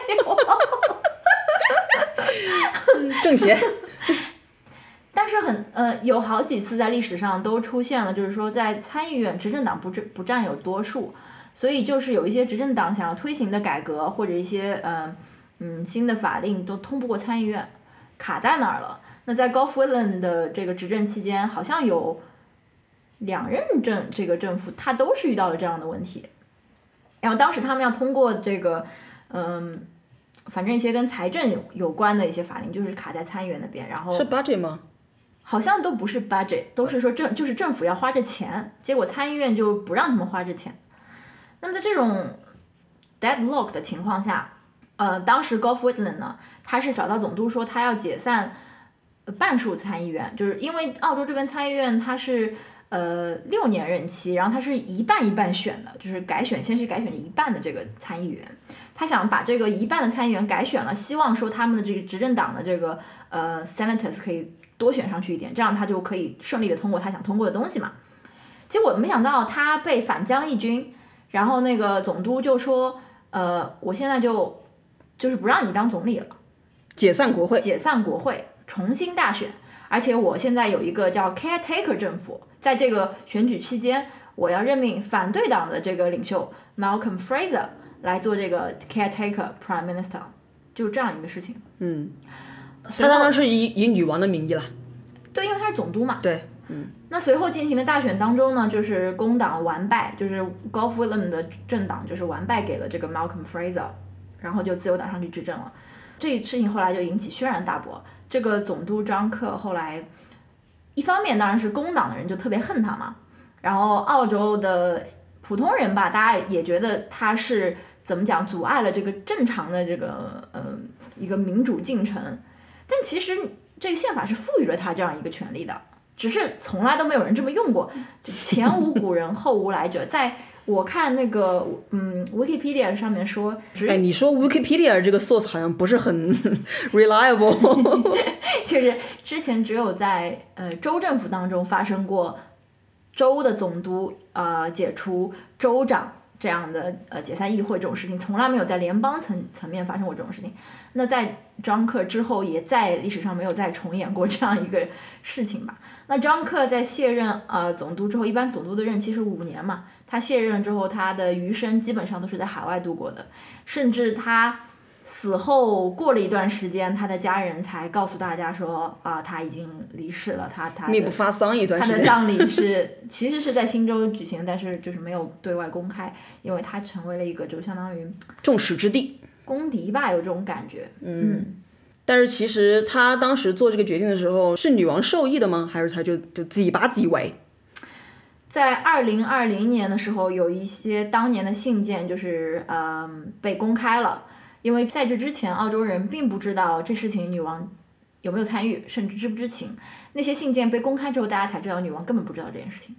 Speaker 2: 政协，
Speaker 1: 但是很呃，有好几次在历史上都出现了，就是说在参议院执政党不占不占有多数，所以就是有一些执政党想要推行的改革或者一些呃嗯新的法令都通不过参议院，卡在那儿了。那在 g o l f w i l l a n 的这个执政期间，好像有两任政这个政府，他都是遇到了这样的问题。然后当时他们要通过这个嗯。反正一些跟财政有有关的一些法令，就是卡在参议院那边，然后
Speaker 2: 是 budget 吗？
Speaker 1: 好像都不是 budget，都是说政就是政府要花这钱，结果参议院就不让他们花这钱。那么在这种 deadlock 的情况下，呃，当时 Golf Whitland 呢，他是找到总督说他要解散呃半数参议院，就是因为澳洲这边参议院它是呃六年任期，然后它是一半一半选的，就是改选，先是改选一半的这个参议员，他想把这个一半的参议员改选了，希望说他们的这个执政党的这个呃 senators 可以多选上去一点，这样他就可以顺利的通过他想通过的东西嘛。结果没想到他被反将一军，然后那个总督就说：“呃，我现在就就是不让你当总理了，
Speaker 2: 解散国会，
Speaker 1: 解散国会，重新大选，而且我现在有一个叫 caretaker 政府，在这个选举期间，我要任命反对党的这个领袖 Malcolm Fraser 来做这个 caretaker prime minister，就是这样一个事情。
Speaker 2: 嗯，
Speaker 1: 随
Speaker 2: 他
Speaker 1: 后
Speaker 2: 当然是以以女王的名义啦，
Speaker 1: 对，因为他是总督嘛。
Speaker 2: 对，嗯
Speaker 1: 那随后进行的大选当中呢，就是工党完败，就是 g o l f Willam 的政党就是完败给了这个 Malcolm Fraser，然后就自由党上去执政了。这事情后来就引起轩然大波。这个总督张克后来，一方面当然是工党的人就特别恨他嘛，然后澳洲的普通人吧，大家也觉得他是怎么讲阻碍了这个正常的这个呃一个民主进程，但其实这个宪法是赋予了他这样一个权利的。只是从来都没有人这么用过，就前无古人后无来者。在我看那个嗯 Wikipedia 上面说，只
Speaker 2: 哎，你说 Wikipedia 这个 source 好像不是很 reliable，
Speaker 1: 就是之前只有在呃州政府当中发生过州的总督呃解除州长这样的呃解散议会这种事情，从来没有在联邦层层面发生过这种事情。那在张克之后，也在历史上没有再重演过这样一个事情吧？ 那张克在卸任呃总督之后，一般总督的任期是五年嘛，他卸任之后，他的余生基本上都是在海外度过的，甚至他。死后过了一段时间，他的家人才告诉大家说啊、他已经离世了，他他的
Speaker 2: 密不发丧一段
Speaker 1: 他
Speaker 2: 时
Speaker 1: 的
Speaker 2: 间。
Speaker 1: 葬礼是其实是在新州举行，但是就是没有对外公开，因为他成为了一个就相当于
Speaker 2: 众矢之的。
Speaker 1: 公敌吧，有这种感觉。嗯，
Speaker 2: 但是其实他当时做这个决定的时候，是女王授意的吗？还是他就就自己拔自己歪？
Speaker 1: 在二零二零年的时候，有一些当年的信件就是嗯、被公开了，因为在这之前，澳洲人并不知道这事情女王有没有参与，甚至知不知情。那些信件被公开之后，大家才知道女王根本不知道这件事情，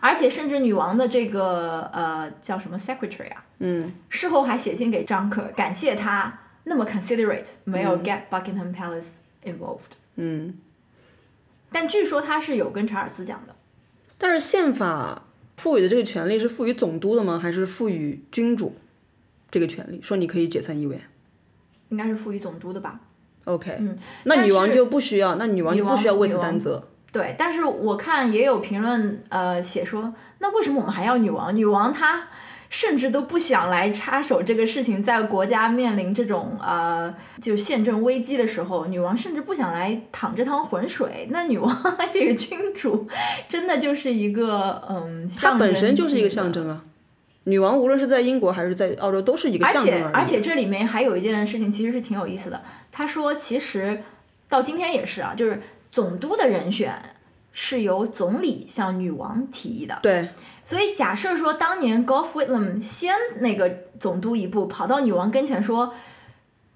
Speaker 1: 而且甚至女王的这个呃叫什么 secretary 啊，
Speaker 2: 嗯，
Speaker 1: 事后还写信给张克，感谢他那么 considerate，没有 get Buckingham Palace involved。
Speaker 2: 嗯，
Speaker 1: 但据说他是有跟查尔斯讲的，
Speaker 2: 但是宪法赋予的这个权利是赋予总督的吗？还是赋予君主这个权利？说你可以解散议会。
Speaker 1: 应该是赋予总督的吧？
Speaker 2: OK，、
Speaker 1: 嗯
Speaker 2: 那
Speaker 1: 但
Speaker 2: 女王
Speaker 1: 是
Speaker 2: 就不需要，那女王就
Speaker 1: 女
Speaker 2: 不
Speaker 1: 王
Speaker 2: 需要为此
Speaker 1: 女王
Speaker 2: 担责。
Speaker 1: 对，但是我看也有评论呃写说，那为什么我们还要女王？女王她甚至都不想来插手这个事情，在国家面临这种呃就宪政危机的时候，女王甚至不想来淌这趟浑水。那女王 这个君主，真的就是一个嗯，
Speaker 2: 它本身就是一个
Speaker 1: 象
Speaker 2: 象
Speaker 1: 征性的。
Speaker 2: 征啊。女王无论是在英国还是在澳洲，都是一个
Speaker 1: 而
Speaker 2: 象征
Speaker 1: 且
Speaker 2: 而已。
Speaker 1: 而且这里面还有一件事情其实是挺有意思的，他说其实到今天也是啊，就是总督的人选是由总理向女王提议的，
Speaker 2: 对，
Speaker 1: 所以假设说当年 g o l f Whitlam 先那个总督一步跑到女王跟前说，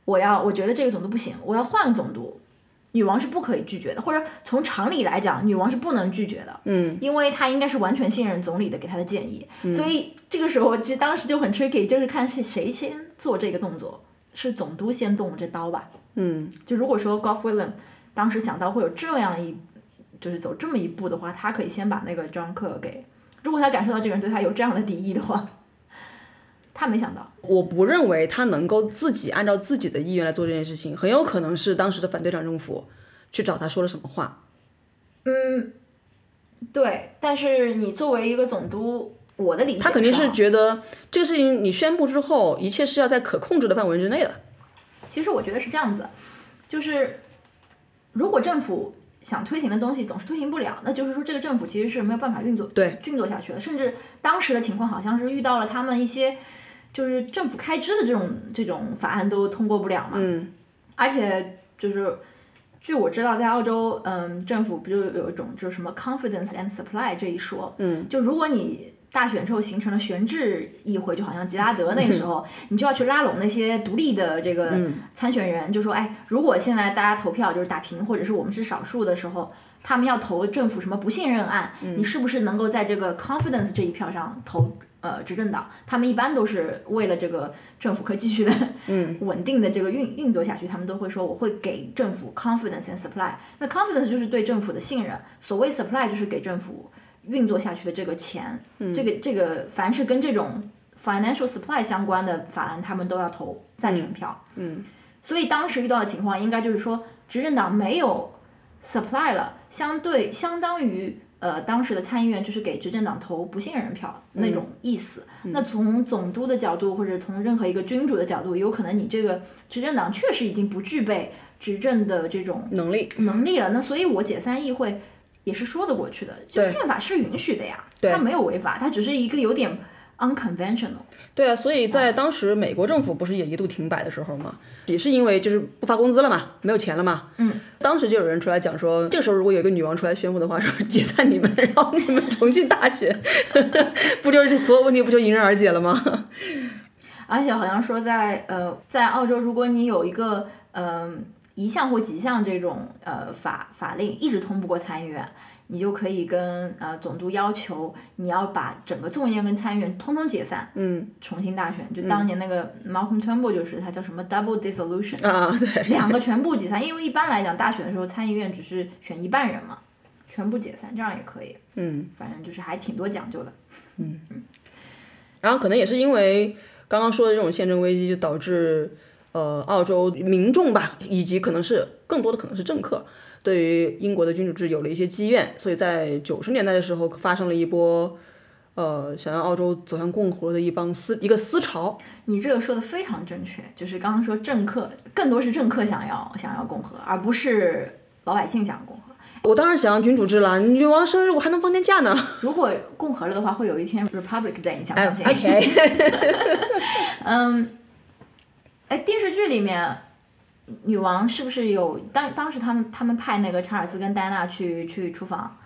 Speaker 1: 我要我觉得这个总督不行，我要换总督，女王是不可以拒绝的，或者从常理来讲，女王是不能拒绝的。
Speaker 2: 嗯，
Speaker 1: 因为他应该是完全信任总理的给他的建议，所以这个时候其实当时就很 tricky，就是看是谁先做这个动作，是总督先动了这刀吧？
Speaker 2: 嗯，
Speaker 1: 就如果说 g o l f Willam 当时想到会有这样一，就是走这么一步的话，他可以先把那个 John Kerr 给，如果他感受到这个人对他有这样的敌意的话， 他没想到，
Speaker 2: 我不认为他能够自己按照自己的意愿来做这件事情，很有可能是当时的反对党政府去找他说了什么话。
Speaker 1: 嗯，对，但是你作为一个总督，我的理解
Speaker 2: 他肯定
Speaker 1: 啊
Speaker 2: 是觉得这个事情你宣布之后，一切是要在可控制的范围之内的。
Speaker 1: 其实我觉得是这样子，就是如果政府想推行的东西总是推行不了，那就是说这个政府其实是没有办法运作
Speaker 2: 对
Speaker 1: 运作下去的。甚至当时的情况好像是遇到了他们一些就是政府开支的这种这种法案都通过不了嘛，
Speaker 2: 嗯，
Speaker 1: 而且就是。据我知道，在澳洲，嗯，政府不就有一种就是什么 confidence and supply 这一说，
Speaker 2: 嗯，
Speaker 1: 就如果你大选之后形成了悬置议会，就好像吉拉德那时候，你就要去拉拢那些独立的这个参选人，就说，哎，如果现在大家投票就是打平，或者是我们是少数的时候，他们要投政府什么不信任案，你是不是能够在这个 confidence 这一票上投呃执政党，他们一般都是为了这个政府可以继续的 稳定的这个运运作下去，他们都会说我会给政府 confidence and supply。那 confidence 就是对政府的信任，所谓 supply 就是给政府运作下去的这个钱。这个这个凡是跟这种 financial supply 相关的法案，他们都要投赞成票。所以当时遇到的情况应该就是说，执政党没有 supply 了，相对相当于呃当时的参议院就是给执政党投不信任票那种意思。那从总督的角度，或者从任何一个君主的角度，有可能你这个执政党确实已经不具备执政的这种
Speaker 2: 能力，
Speaker 1: 能力了，那所以我解散议会也是说得过去的，就
Speaker 2: 对
Speaker 1: 宪法是允许的呀，
Speaker 2: 对
Speaker 1: 它没有违法，它只是一个有点 unconventional。
Speaker 2: 对啊，所以在当时美国政府不是也一度停摆的时候嘛，也是因为就是不发工资了嘛，没有钱了嘛。嗯，当时就有人出来讲说，这个时候如果有一个女王出来宣布的话，说解散你们，然后你们重新大选，不就是所有问题不就迎刃而解了吗？
Speaker 1: 而且好像说在呃，在澳洲，如果你有一个呃一项或几项这种呃法法令一直通不过参议院，你就可以跟呃总督要求你要把整个众议院跟参议院通通解散，
Speaker 2: 嗯
Speaker 1: 重新大选。就当年那个 Malcolm Turnbull 就是他叫什么 double dissolution，、
Speaker 2: 啊，对，
Speaker 1: 两个全部解散，因为一般来讲大选的时候参议院只是选一半人嘛，全部解散这样也可以，
Speaker 2: 嗯。
Speaker 1: 反正就是还挺多讲究的。
Speaker 2: 然后可能也是因为刚刚说的这种宪政危机，就导致呃澳洲民众吧，以及可能是更多的可能是政客，对于英国的君主制有了一些积怨，所以在九十年代的时候发生了一波。呃，想让澳洲走向共和的一帮思一个思潮，
Speaker 1: 你这个说的非常正确，就是刚刚说政客，更多是政客想要想要共和，而不是老百姓想要共和。
Speaker 2: 我当然想要君主制了。女王生日我还能放天假呢。
Speaker 1: 如果共和了的话，会有一天 Republic 在影响
Speaker 2: 哎
Speaker 1: 不相信？
Speaker 2: ，OK，
Speaker 1: 嗯， 哎，电视剧里面女王是不是有当当时他们他们派那个查尔斯跟戴安娜去去出访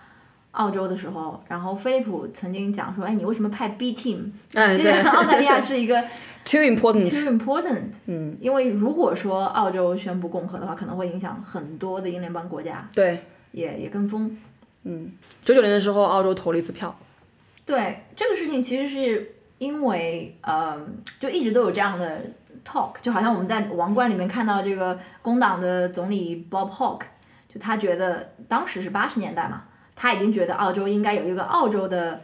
Speaker 1: 澳洲的时候，然后菲利普曾经讲说，哎，你为什么派 B team？
Speaker 2: 哎，
Speaker 1: 就
Speaker 2: 对嗯
Speaker 1: 是 澳大利亚是一个
Speaker 2: ，too important，
Speaker 1: too important。嗯，因为如果说澳洲宣布共和的话，可能会影响很多的英联邦国家
Speaker 2: 对，
Speaker 1: 也也跟风。
Speaker 2: 九九年的时候澳洲投了一次票，
Speaker 1: 对这个事情，其实是因为呃，就一直都有这样的 talk，就好像我们在《王冠》里面看到这个工党的总理 Bob Hawke，就他觉得当时是八十年代嘛，他已经觉得澳洲应该有一个澳洲的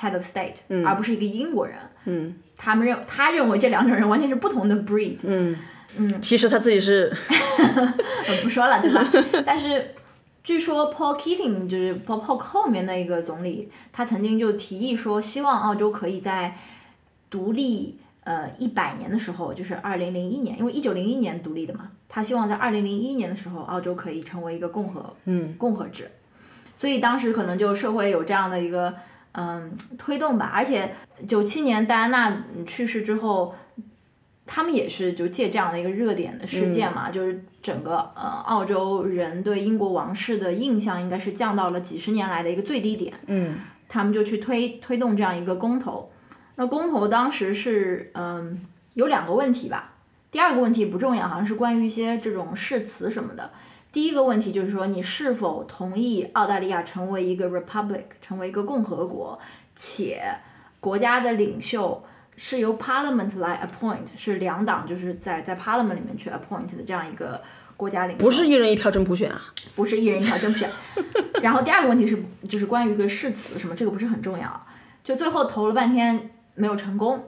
Speaker 1: head of state，、而不是一个英国人。
Speaker 2: 嗯
Speaker 1: 他们认他认为这两种人完全是不同的 breed，
Speaker 2: 嗯嗯，其实他自己是
Speaker 1: 呃不说了，对吧？ 但是据说 Paul Keating 就是 Paul Polk 后面那个总理，他曾经就提议说，希望澳洲可以在独立呃一百年的时候，就是二零零一年，因为一九零一年独立的嘛，他希望在二零零一年的时候，澳洲可以成为一个共和
Speaker 2: 嗯
Speaker 1: 共和制。所以当时可能就社会有这样的一个嗯推动吧，而且九七年戴安娜去世之后，他们也是就借这样的一个热点的事件嘛，就是整个呃澳洲人对英国王室的印象应该是降到了几十年来的一个最低点，
Speaker 2: 嗯
Speaker 1: 他们就去推推动这样一个公投。那公投当时是嗯有两个问题吧，第二个问题不重要，好像是关于一些这种誓词什么的。第一个问题就是说，你是否同意澳大利亚成为一个 republic，成为一个共和国，且国家的领袖是由 parliament 来 appoint，是两党就是在在 parliament 里面去 appoint 的这样一个国家领袖，
Speaker 2: 不是一人一票真普选啊。
Speaker 1: 不是一人一条真选。然后第二个问题是，就是关于一个誓词什么，这个不是很重要。啊就最后投了半天没有成功，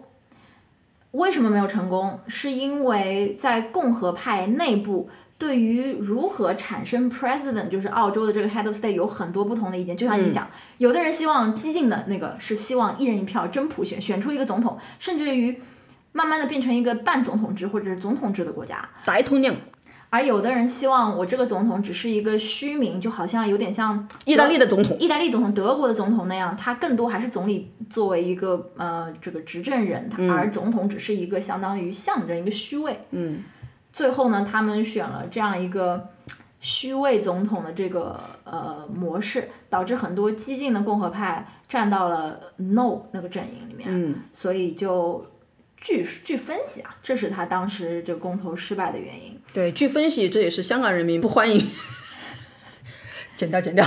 Speaker 1: 为什么没有成功？是因为在共和派内部。对于如何产生 president，就是澳洲的这个 head of state 有很多不同的意见。就像你讲，有的人希望激进的那个是希望一人一票真普选，选出一个总统，甚至于慢慢的变成一个半总统制或者是总统制的国家。
Speaker 2: 大统领，
Speaker 1: 而有的人希望我这个总统只是一个虚名，就好像有点像
Speaker 2: 意大利的总统，
Speaker 1: 意大利总统、德国的总统那样，他更多还是总理作为一个呃这个执政人，他而总统只是一个相当于象征一个虚位。
Speaker 2: 嗯，
Speaker 1: 最后呢，他们选了这样一个虚位总统的这个呃模式，导致很多激进的共和派站到了 no 那个阵营里面，
Speaker 2: 嗯，
Speaker 1: 所以就据据分析啊，这是他当时这个公投失败的原因。
Speaker 2: 对，据分析，这也是香港人民不欢迎。剪掉，剪掉。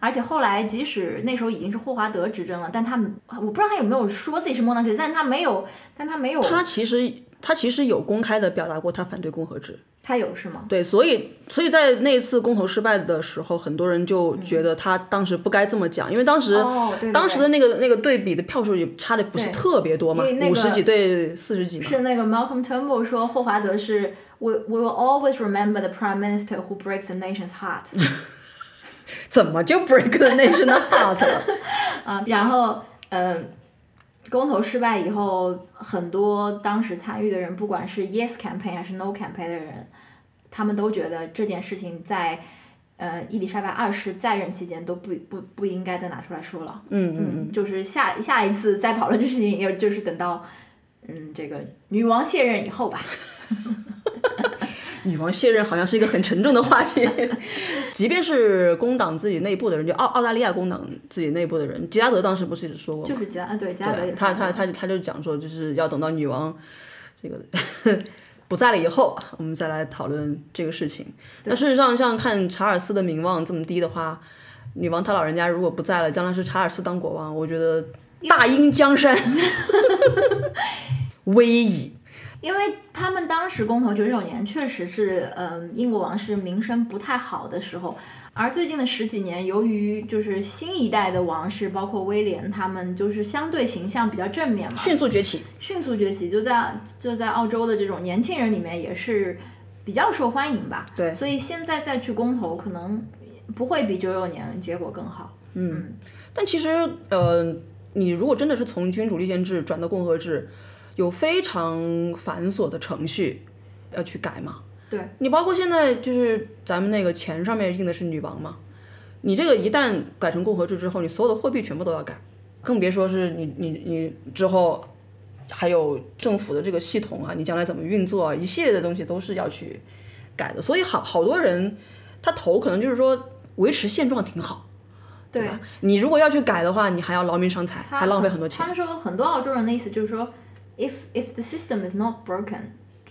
Speaker 1: 而且后来即使那时候已经是霍华德执政了，但他们我不知道他有没有说自己是莫纳克，但他没有，但他没有，
Speaker 2: 他其实他其实有公开的表达过他反对共和制，
Speaker 1: 他有是吗？
Speaker 2: 对，所以所以在那次公投失败的时候，很多人就觉得他当时不该这么讲，因为当时、
Speaker 1: 哦对对对
Speaker 2: 当时的那个那个对比的票数也差的不是
Speaker 1: 对
Speaker 2: 特别多嘛，
Speaker 1: 因为那个
Speaker 2: 五十几对四十几嘛，
Speaker 1: 是那个 Malcolm Turnbull 说霍华德是 We we will always remember the prime minister who breaks the nation's heart
Speaker 2: 怎么就 break the nation heart 了？
Speaker 1: 啊，然后嗯，公投失败以后，很多当时参与的人，不管是 Yes campaign 还是 No campaign 的人，他们都觉得这件事情在呃伊丽莎白二世在任期间都不不不应该再拿出来说了。
Speaker 2: 嗯嗯
Speaker 1: 嗯，就是下下一次再讨论这事情，也就是等到嗯这个女王卸任以后吧。
Speaker 2: 女王卸任好像是一个很沉重的话题， 即便是工党自己内部的人，就澳澳大利亚工党自己内部的人，吉拉德当时不是也说过吗？
Speaker 1: 就是加啊，对加德
Speaker 2: 对
Speaker 1: 也
Speaker 2: 啊，他他他他就讲说，就是要等到女王 这个不在了以后，我们再来讨论这个事情。那事实上，像看查尔斯的名望这么低的话，女王她老人家如果不在了，将来是查尔斯当国王，我觉得大英江山 危矣。
Speaker 1: 因为他们当时公投九九年确实是，嗯，英国王室名声不太好的时候，而最近的十几年，由于就是新一代的王室，包括威廉他们，就是相对形象比较正面嘛，
Speaker 2: 迅速崛起，
Speaker 1: 迅速崛起，就在就在澳洲的这种年轻人里面也是比较受欢迎吧。
Speaker 2: 对
Speaker 1: 所以现在再去公投，可能不会比九九年结果更好。
Speaker 2: 但其实，呃，你如果真的是从君主立宪制转到共和制，有非常繁琐的程序要去改嘛。
Speaker 1: 对，
Speaker 2: 你包括现在就是咱们那个钱上面印的是女王嘛，你这个一旦改成共和制之后，你所有的货币全部都要改，更别说是你你你之后还有政府的这个系统啊，你将来怎么运作啊，一系列的东西都是要去改的。所以好好多人他投可能就是说维持现状挺好。
Speaker 1: 对，
Speaker 2: 你如果要去改的话，你还要劳民伤财，
Speaker 1: 他
Speaker 2: 还浪费很多
Speaker 1: 他
Speaker 2: 钱。
Speaker 1: 们说很多澳洲人的意思就是说，if if the system is not broken,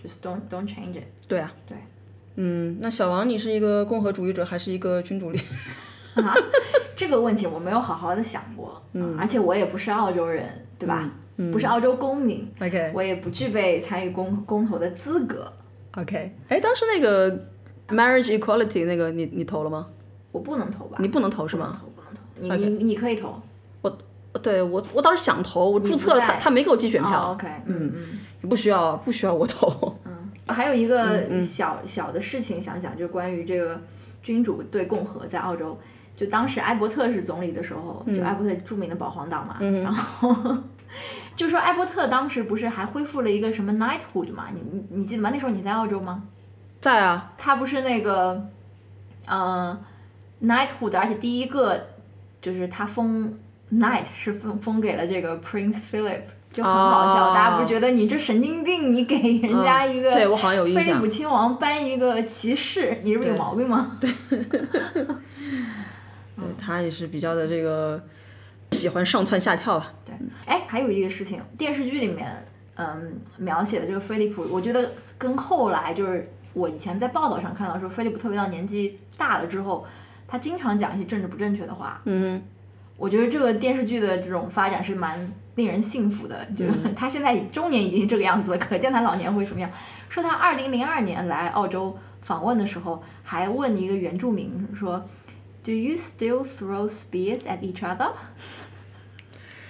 Speaker 1: just don't don't change it。
Speaker 2: 对啊，
Speaker 1: 对，
Speaker 2: 嗯，那小王，你是一个共和主义者还是一个君主 立？
Speaker 1: 啊，这个问题我没有好好的想过，嗯，而且我也不是澳洲人，对吧？
Speaker 2: 嗯
Speaker 1: 不是澳洲公民，
Speaker 2: OK
Speaker 1: 我也不具备参与公公投的资格。
Speaker 2: OK，哎，当时那个 marriage equality 那个你你投了吗？
Speaker 1: 我不能投吧？
Speaker 2: 你不能投是
Speaker 1: 不能
Speaker 2: 吗？
Speaker 1: 投，不能投。你你你可以投。
Speaker 2: 对我，我当时想投，我注册了，
Speaker 1: 你不
Speaker 2: 他
Speaker 1: 在
Speaker 2: 他没给我寄选
Speaker 1: 哦
Speaker 2: 票，
Speaker 1: OK，嗯嗯
Speaker 2: 不需要不需要我投。
Speaker 1: 嗯。还有一个小小的事情想讲，就是关于这个君主对共和在澳洲。就当时艾伯特是总理的时候，就艾伯特著名的保皇党嘛，然后 就说艾伯特当时不是还恢复了一个什么 knighthood 嘛？你你你记得吗？那时候你在澳洲吗？
Speaker 2: 在啊，
Speaker 1: 他不是那个，呃，knighthood，而且第一个就是他封 knight 是封封给了这个 Prince Philip，就很好笑。
Speaker 2: 哦嗯
Speaker 1: 大家不是觉得你这神经病，你给人家一个、
Speaker 2: 对我好像有印
Speaker 1: 菲利
Speaker 2: 象
Speaker 1: 普。亲王颁一个骑士，你是不是有
Speaker 2: 对
Speaker 1: 毛病吗？
Speaker 2: 对他也是比较的这个喜欢上蹿下跳吧。
Speaker 1: 对，哎，还有一个事情，电视剧里面，嗯，描写的这个菲利普，我觉得跟后来就是我以前在报道上看到说，菲利普特别到年纪大了之后，他经常讲一些政治不正确的话。
Speaker 2: 嗯
Speaker 1: 我觉得这个电视剧的这种发展是蛮令人信服的，就是
Speaker 2: 嗯
Speaker 1: 他现在中年已经这个样子了，可见他老年会什么样。说他二零零二年来澳洲访问的时候，还问一个原住民说：“Do you still throw spears at each other？”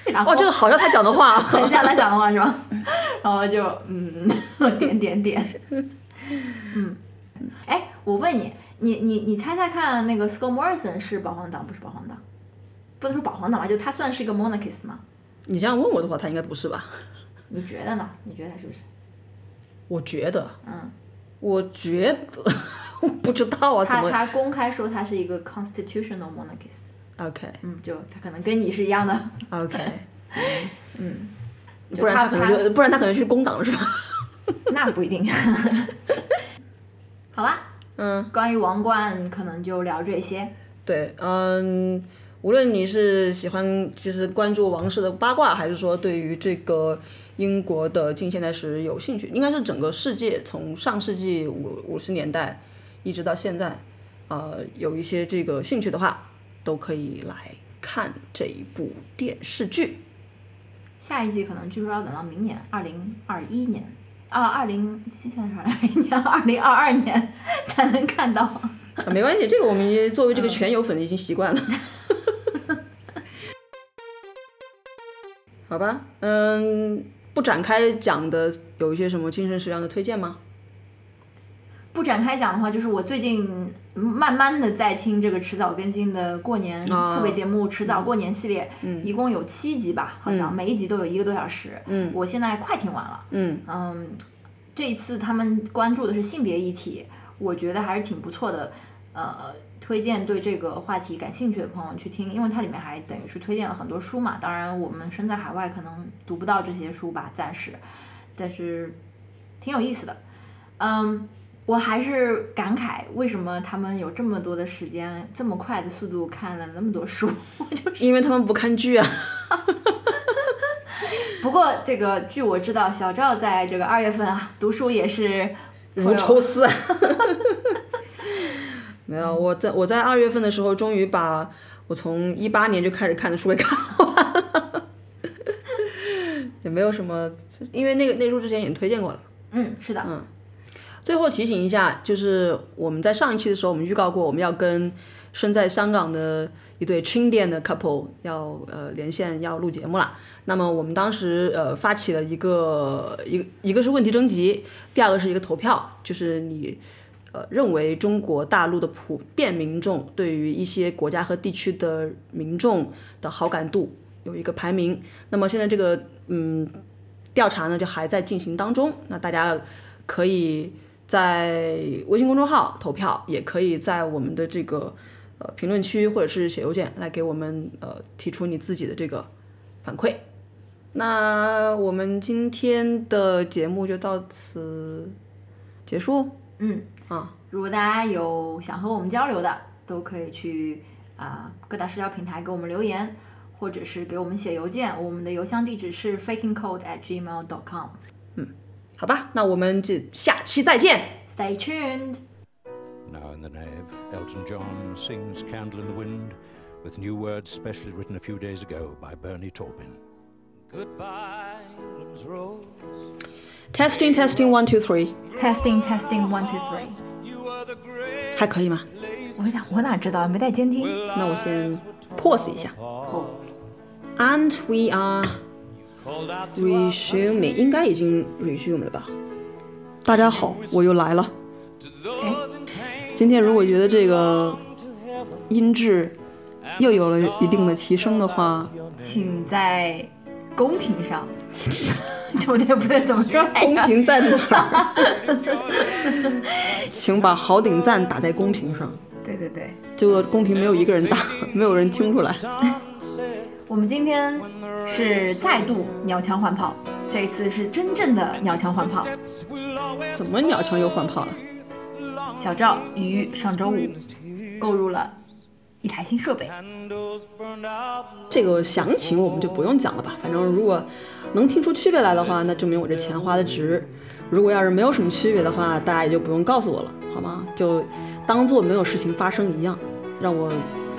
Speaker 1: 然
Speaker 2: 哼，
Speaker 1: 后
Speaker 2: 哦，这个好像他讲的话。
Speaker 1: 很像他讲的话是吧？然后就嗯， 点点点，嗯，哎，我问你，你你你猜猜看，那个 Scott Morrison 是保皇党不是保皇党？不能说保皇党吧，就他算是一个 monarchist 吗？
Speaker 2: 你这样问我的话，他应该不是吧？
Speaker 1: 你觉得呢？你觉得他是不是？
Speaker 2: 我觉得，
Speaker 1: 嗯，
Speaker 2: 我觉得， 我不知道啊，怎
Speaker 1: 他
Speaker 2: 么
Speaker 1: 他公开说他是一个 constitutional monarchist，
Speaker 2: ？OK
Speaker 1: 嗯，就他可能跟你是一样的，
Speaker 2: OK，
Speaker 1: 嗯， 就
Speaker 2: 不然他
Speaker 1: 他
Speaker 2: 可能就不然他可能去工党了是吧？
Speaker 1: 那不一定。好啦，
Speaker 2: 嗯，
Speaker 1: 关于王冠可能就聊这些，
Speaker 2: 对，嗯，无论你是喜欢其实关注王室的八卦，还是说对于这个英国的近现代史有兴趣，应该是整个世界从上世纪五五十年代一直到现在，呃，有一些这个兴趣的话，都可以来看这一部电视剧。
Speaker 1: 下一季可能据说要等到明年二零二一年啊，二零现在是二零年，二零二二年 才能看到。
Speaker 2: 啊 没关系，这个我们也作为这个全友粉已经习惯了。 好吧，嗯，不展开讲的有一些什么精神食粮的推荐吗？
Speaker 1: 不展开讲的话，就是我最近慢慢的在听这个迟早更新的过年
Speaker 2: 啊
Speaker 1: 特别节目《迟早过年》系列，一共有七集吧，好像每一集都有一个多小时。
Speaker 2: 嗯，
Speaker 1: 我现在快听完了。
Speaker 2: 嗯
Speaker 1: 嗯，这一次他们关注的是性别议题，我觉得还是挺不错的。呃，推荐对这个话题感兴趣的朋友去听，因为它里面还等于是推荐了很多书嘛。当然，我们身在海外可能读不到这些书吧，暂时，但是挺有意思的。嗯，我还是感慨为什么他们有这么多的时间，这么快的速度看了那么多书。
Speaker 2: 因为他们不看剧啊。
Speaker 1: 不过这个据我知道，小赵在这个二月份啊读书也是
Speaker 2: 如抽丝。啊 没有，我在我在二月份的时候，终于把我从一八年就开始看的书给看完了， 也没有什么，因为那个那书之前已经推荐过了。
Speaker 1: 嗯，是的，
Speaker 2: 最后提醒一下，就是我们在上一期的时候，我们预告过我们要跟身在香港的一对 c h i n d i a n 的 couple 要呃连线要录节目啦。那么我们当时呃发起了一个一个一个是问题征集，第二个是一个投票，就是你呃认为中国大陆的普遍民众对于一些国家和地区的民众的好感度有一个排名。那么现在这个嗯调查呢就还在进行当中，那大家可以在微信公众号投票，也可以在我们的这个呃评论区或者是写邮件来给我们呃提出你自己的这个反馈。那我们今天的节目就到此结束。
Speaker 1: 嗯
Speaker 2: 啊，
Speaker 1: 如果大家有想和我们交流的，都可以去啊、各大社交平台给我们留言，或者是给我们写邮件。我们的邮箱地址是 fakingcode at gmail dot com。
Speaker 2: 好吧，那我们这下期再见。
Speaker 1: Stay tuned.
Speaker 4: Now in the Nave, Elton John sings Candle in the Wind with new words specially written a few days ago by Bernie Taupin. Goodbye, England's Rose.
Speaker 2: Testing testing one two three，
Speaker 1: Testing, testing, one, two, three.
Speaker 2: 还可以吗？
Speaker 1: 我哪我哪知道？没带监听。
Speaker 2: 那我先 pause 一下。
Speaker 1: Pause.
Speaker 2: And we are resuming，应该已经 resume 了吧？大家好，我又来了。今天如果觉得这个音质又有了一定的提升的话，
Speaker 1: 请在公屏上， 不对不对，怎么 说来
Speaker 2: 公
Speaker 1: 着？
Speaker 2: 屏在哪儿？请把好顶赞打在公屏上。
Speaker 1: 对对对，
Speaker 2: 结果公屏没有一个人打，没有人听出来。
Speaker 1: 我们今天是再度鸟枪换炮，这一次是真正的鸟枪换炮。
Speaker 2: 怎么鸟枪又换炮了？
Speaker 1: 小赵于上周五购入了一台新设备，
Speaker 2: 这个详情我们就不用讲了吧，反正如果能听出区别来的话，那证明我这钱花的值；如果要是没有什么区别的话，大家也就不用告诉我了，好吗？就当做没有事情发生一样，让我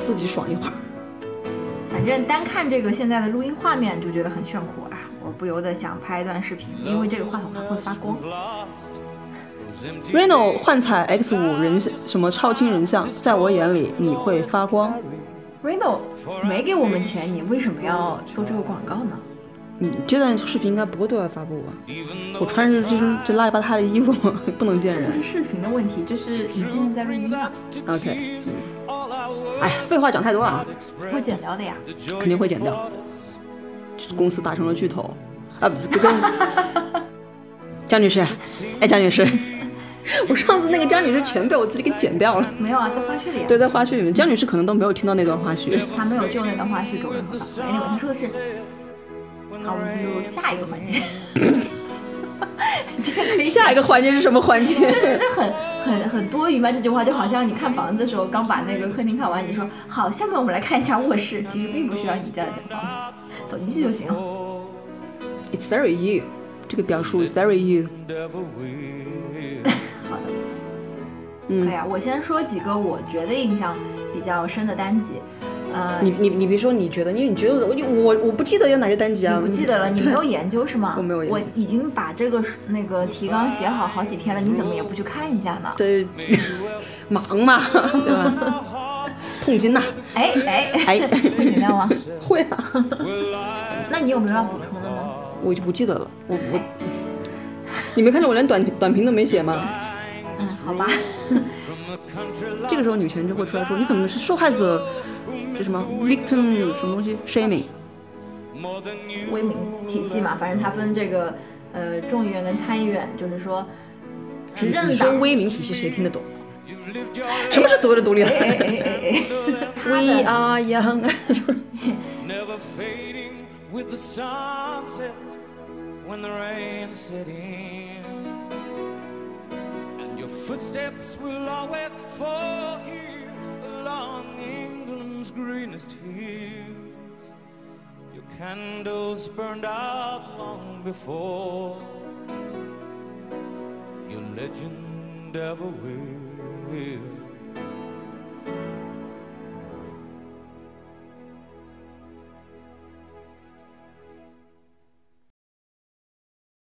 Speaker 2: 自己爽一会儿。
Speaker 1: 反正单看这个现在的录音画面就觉得很炫酷啊！我不由得想拍一段视频，因为这个话筒它会发光。
Speaker 2: Reno 幻彩 X 五人像什么超清人像，在我眼里你会发光。
Speaker 1: Reno 没给我们钱，你为什么要做这个广告呢？
Speaker 2: 你这段视频应该不会对外发布吧？我穿着这身这邋里邋遢的衣服， 不能见
Speaker 1: 不
Speaker 2: 人
Speaker 1: 是。视频的问题，这是你现在在录音吗？
Speaker 2: OK，嗯哎，废话讲太多了啊。
Speaker 1: 会剪掉的呀。
Speaker 2: 肯定会剪掉。公司达成了巨头，啊，不是 不跟江女士，哎，江女士，我上次那个江女士全被我自己给剪掉了。
Speaker 1: 没有啊，在花絮里啊。
Speaker 2: 对，在花絮里面，江女士可能都没有听到那段花絮。
Speaker 1: 他没有就那段话絮给我们发。Anyway，他说的 是，好，我们进入下一个环节。 这个可以
Speaker 2: 下一个环节是什么环节？
Speaker 1: 这这很很很多余吗？这句话就好像你看房子的时候，刚把那个客厅看完，你说好，下面我们来看一下卧室，其实并不需要你这样讲话，走进去就行了。
Speaker 2: It's very you，这个表述 is very you。
Speaker 1: 好的，
Speaker 2: 嗯
Speaker 1: 可以啊。我先说几个我觉得印象比较深的单集，呃，
Speaker 2: 你你你别说，你觉得，因为你觉得我我我不记得有哪些单集啊，
Speaker 1: 你不记得了？你没有研究是吗？
Speaker 2: 我没有研究
Speaker 1: 我已经把这个那个提纲写好好几天了，你怎么也不去看一下呢？
Speaker 2: 对， 忙嘛，对吧？痛经呐、
Speaker 1: 哎哎，
Speaker 2: 哎，
Speaker 1: 会原谅吗？
Speaker 2: 会啊，
Speaker 1: 那你有没有要补充的呢？
Speaker 2: 我就不记得了，我我，你没看到我连短短评都没写吗？
Speaker 1: 嗯，好吧，
Speaker 2: 这个时候女权就会出来说，你怎么是受害者？这什么 victim 什么东西 shaming？
Speaker 1: 威名体系嘛，反正它分这个呃众议院跟参议院，就是说执政
Speaker 2: 你说
Speaker 1: 党。
Speaker 2: 威名体系谁听得懂？什么是所谓的独立
Speaker 1: 哎哎
Speaker 2: 的
Speaker 1: 哎哎哎，他
Speaker 2: ？We
Speaker 1: 的
Speaker 2: are young，
Speaker 5: never fading with the sunset when the rain set in. And your footsteps will always fall here along England's greenest hills. Your candles burned out long before your legend ever will.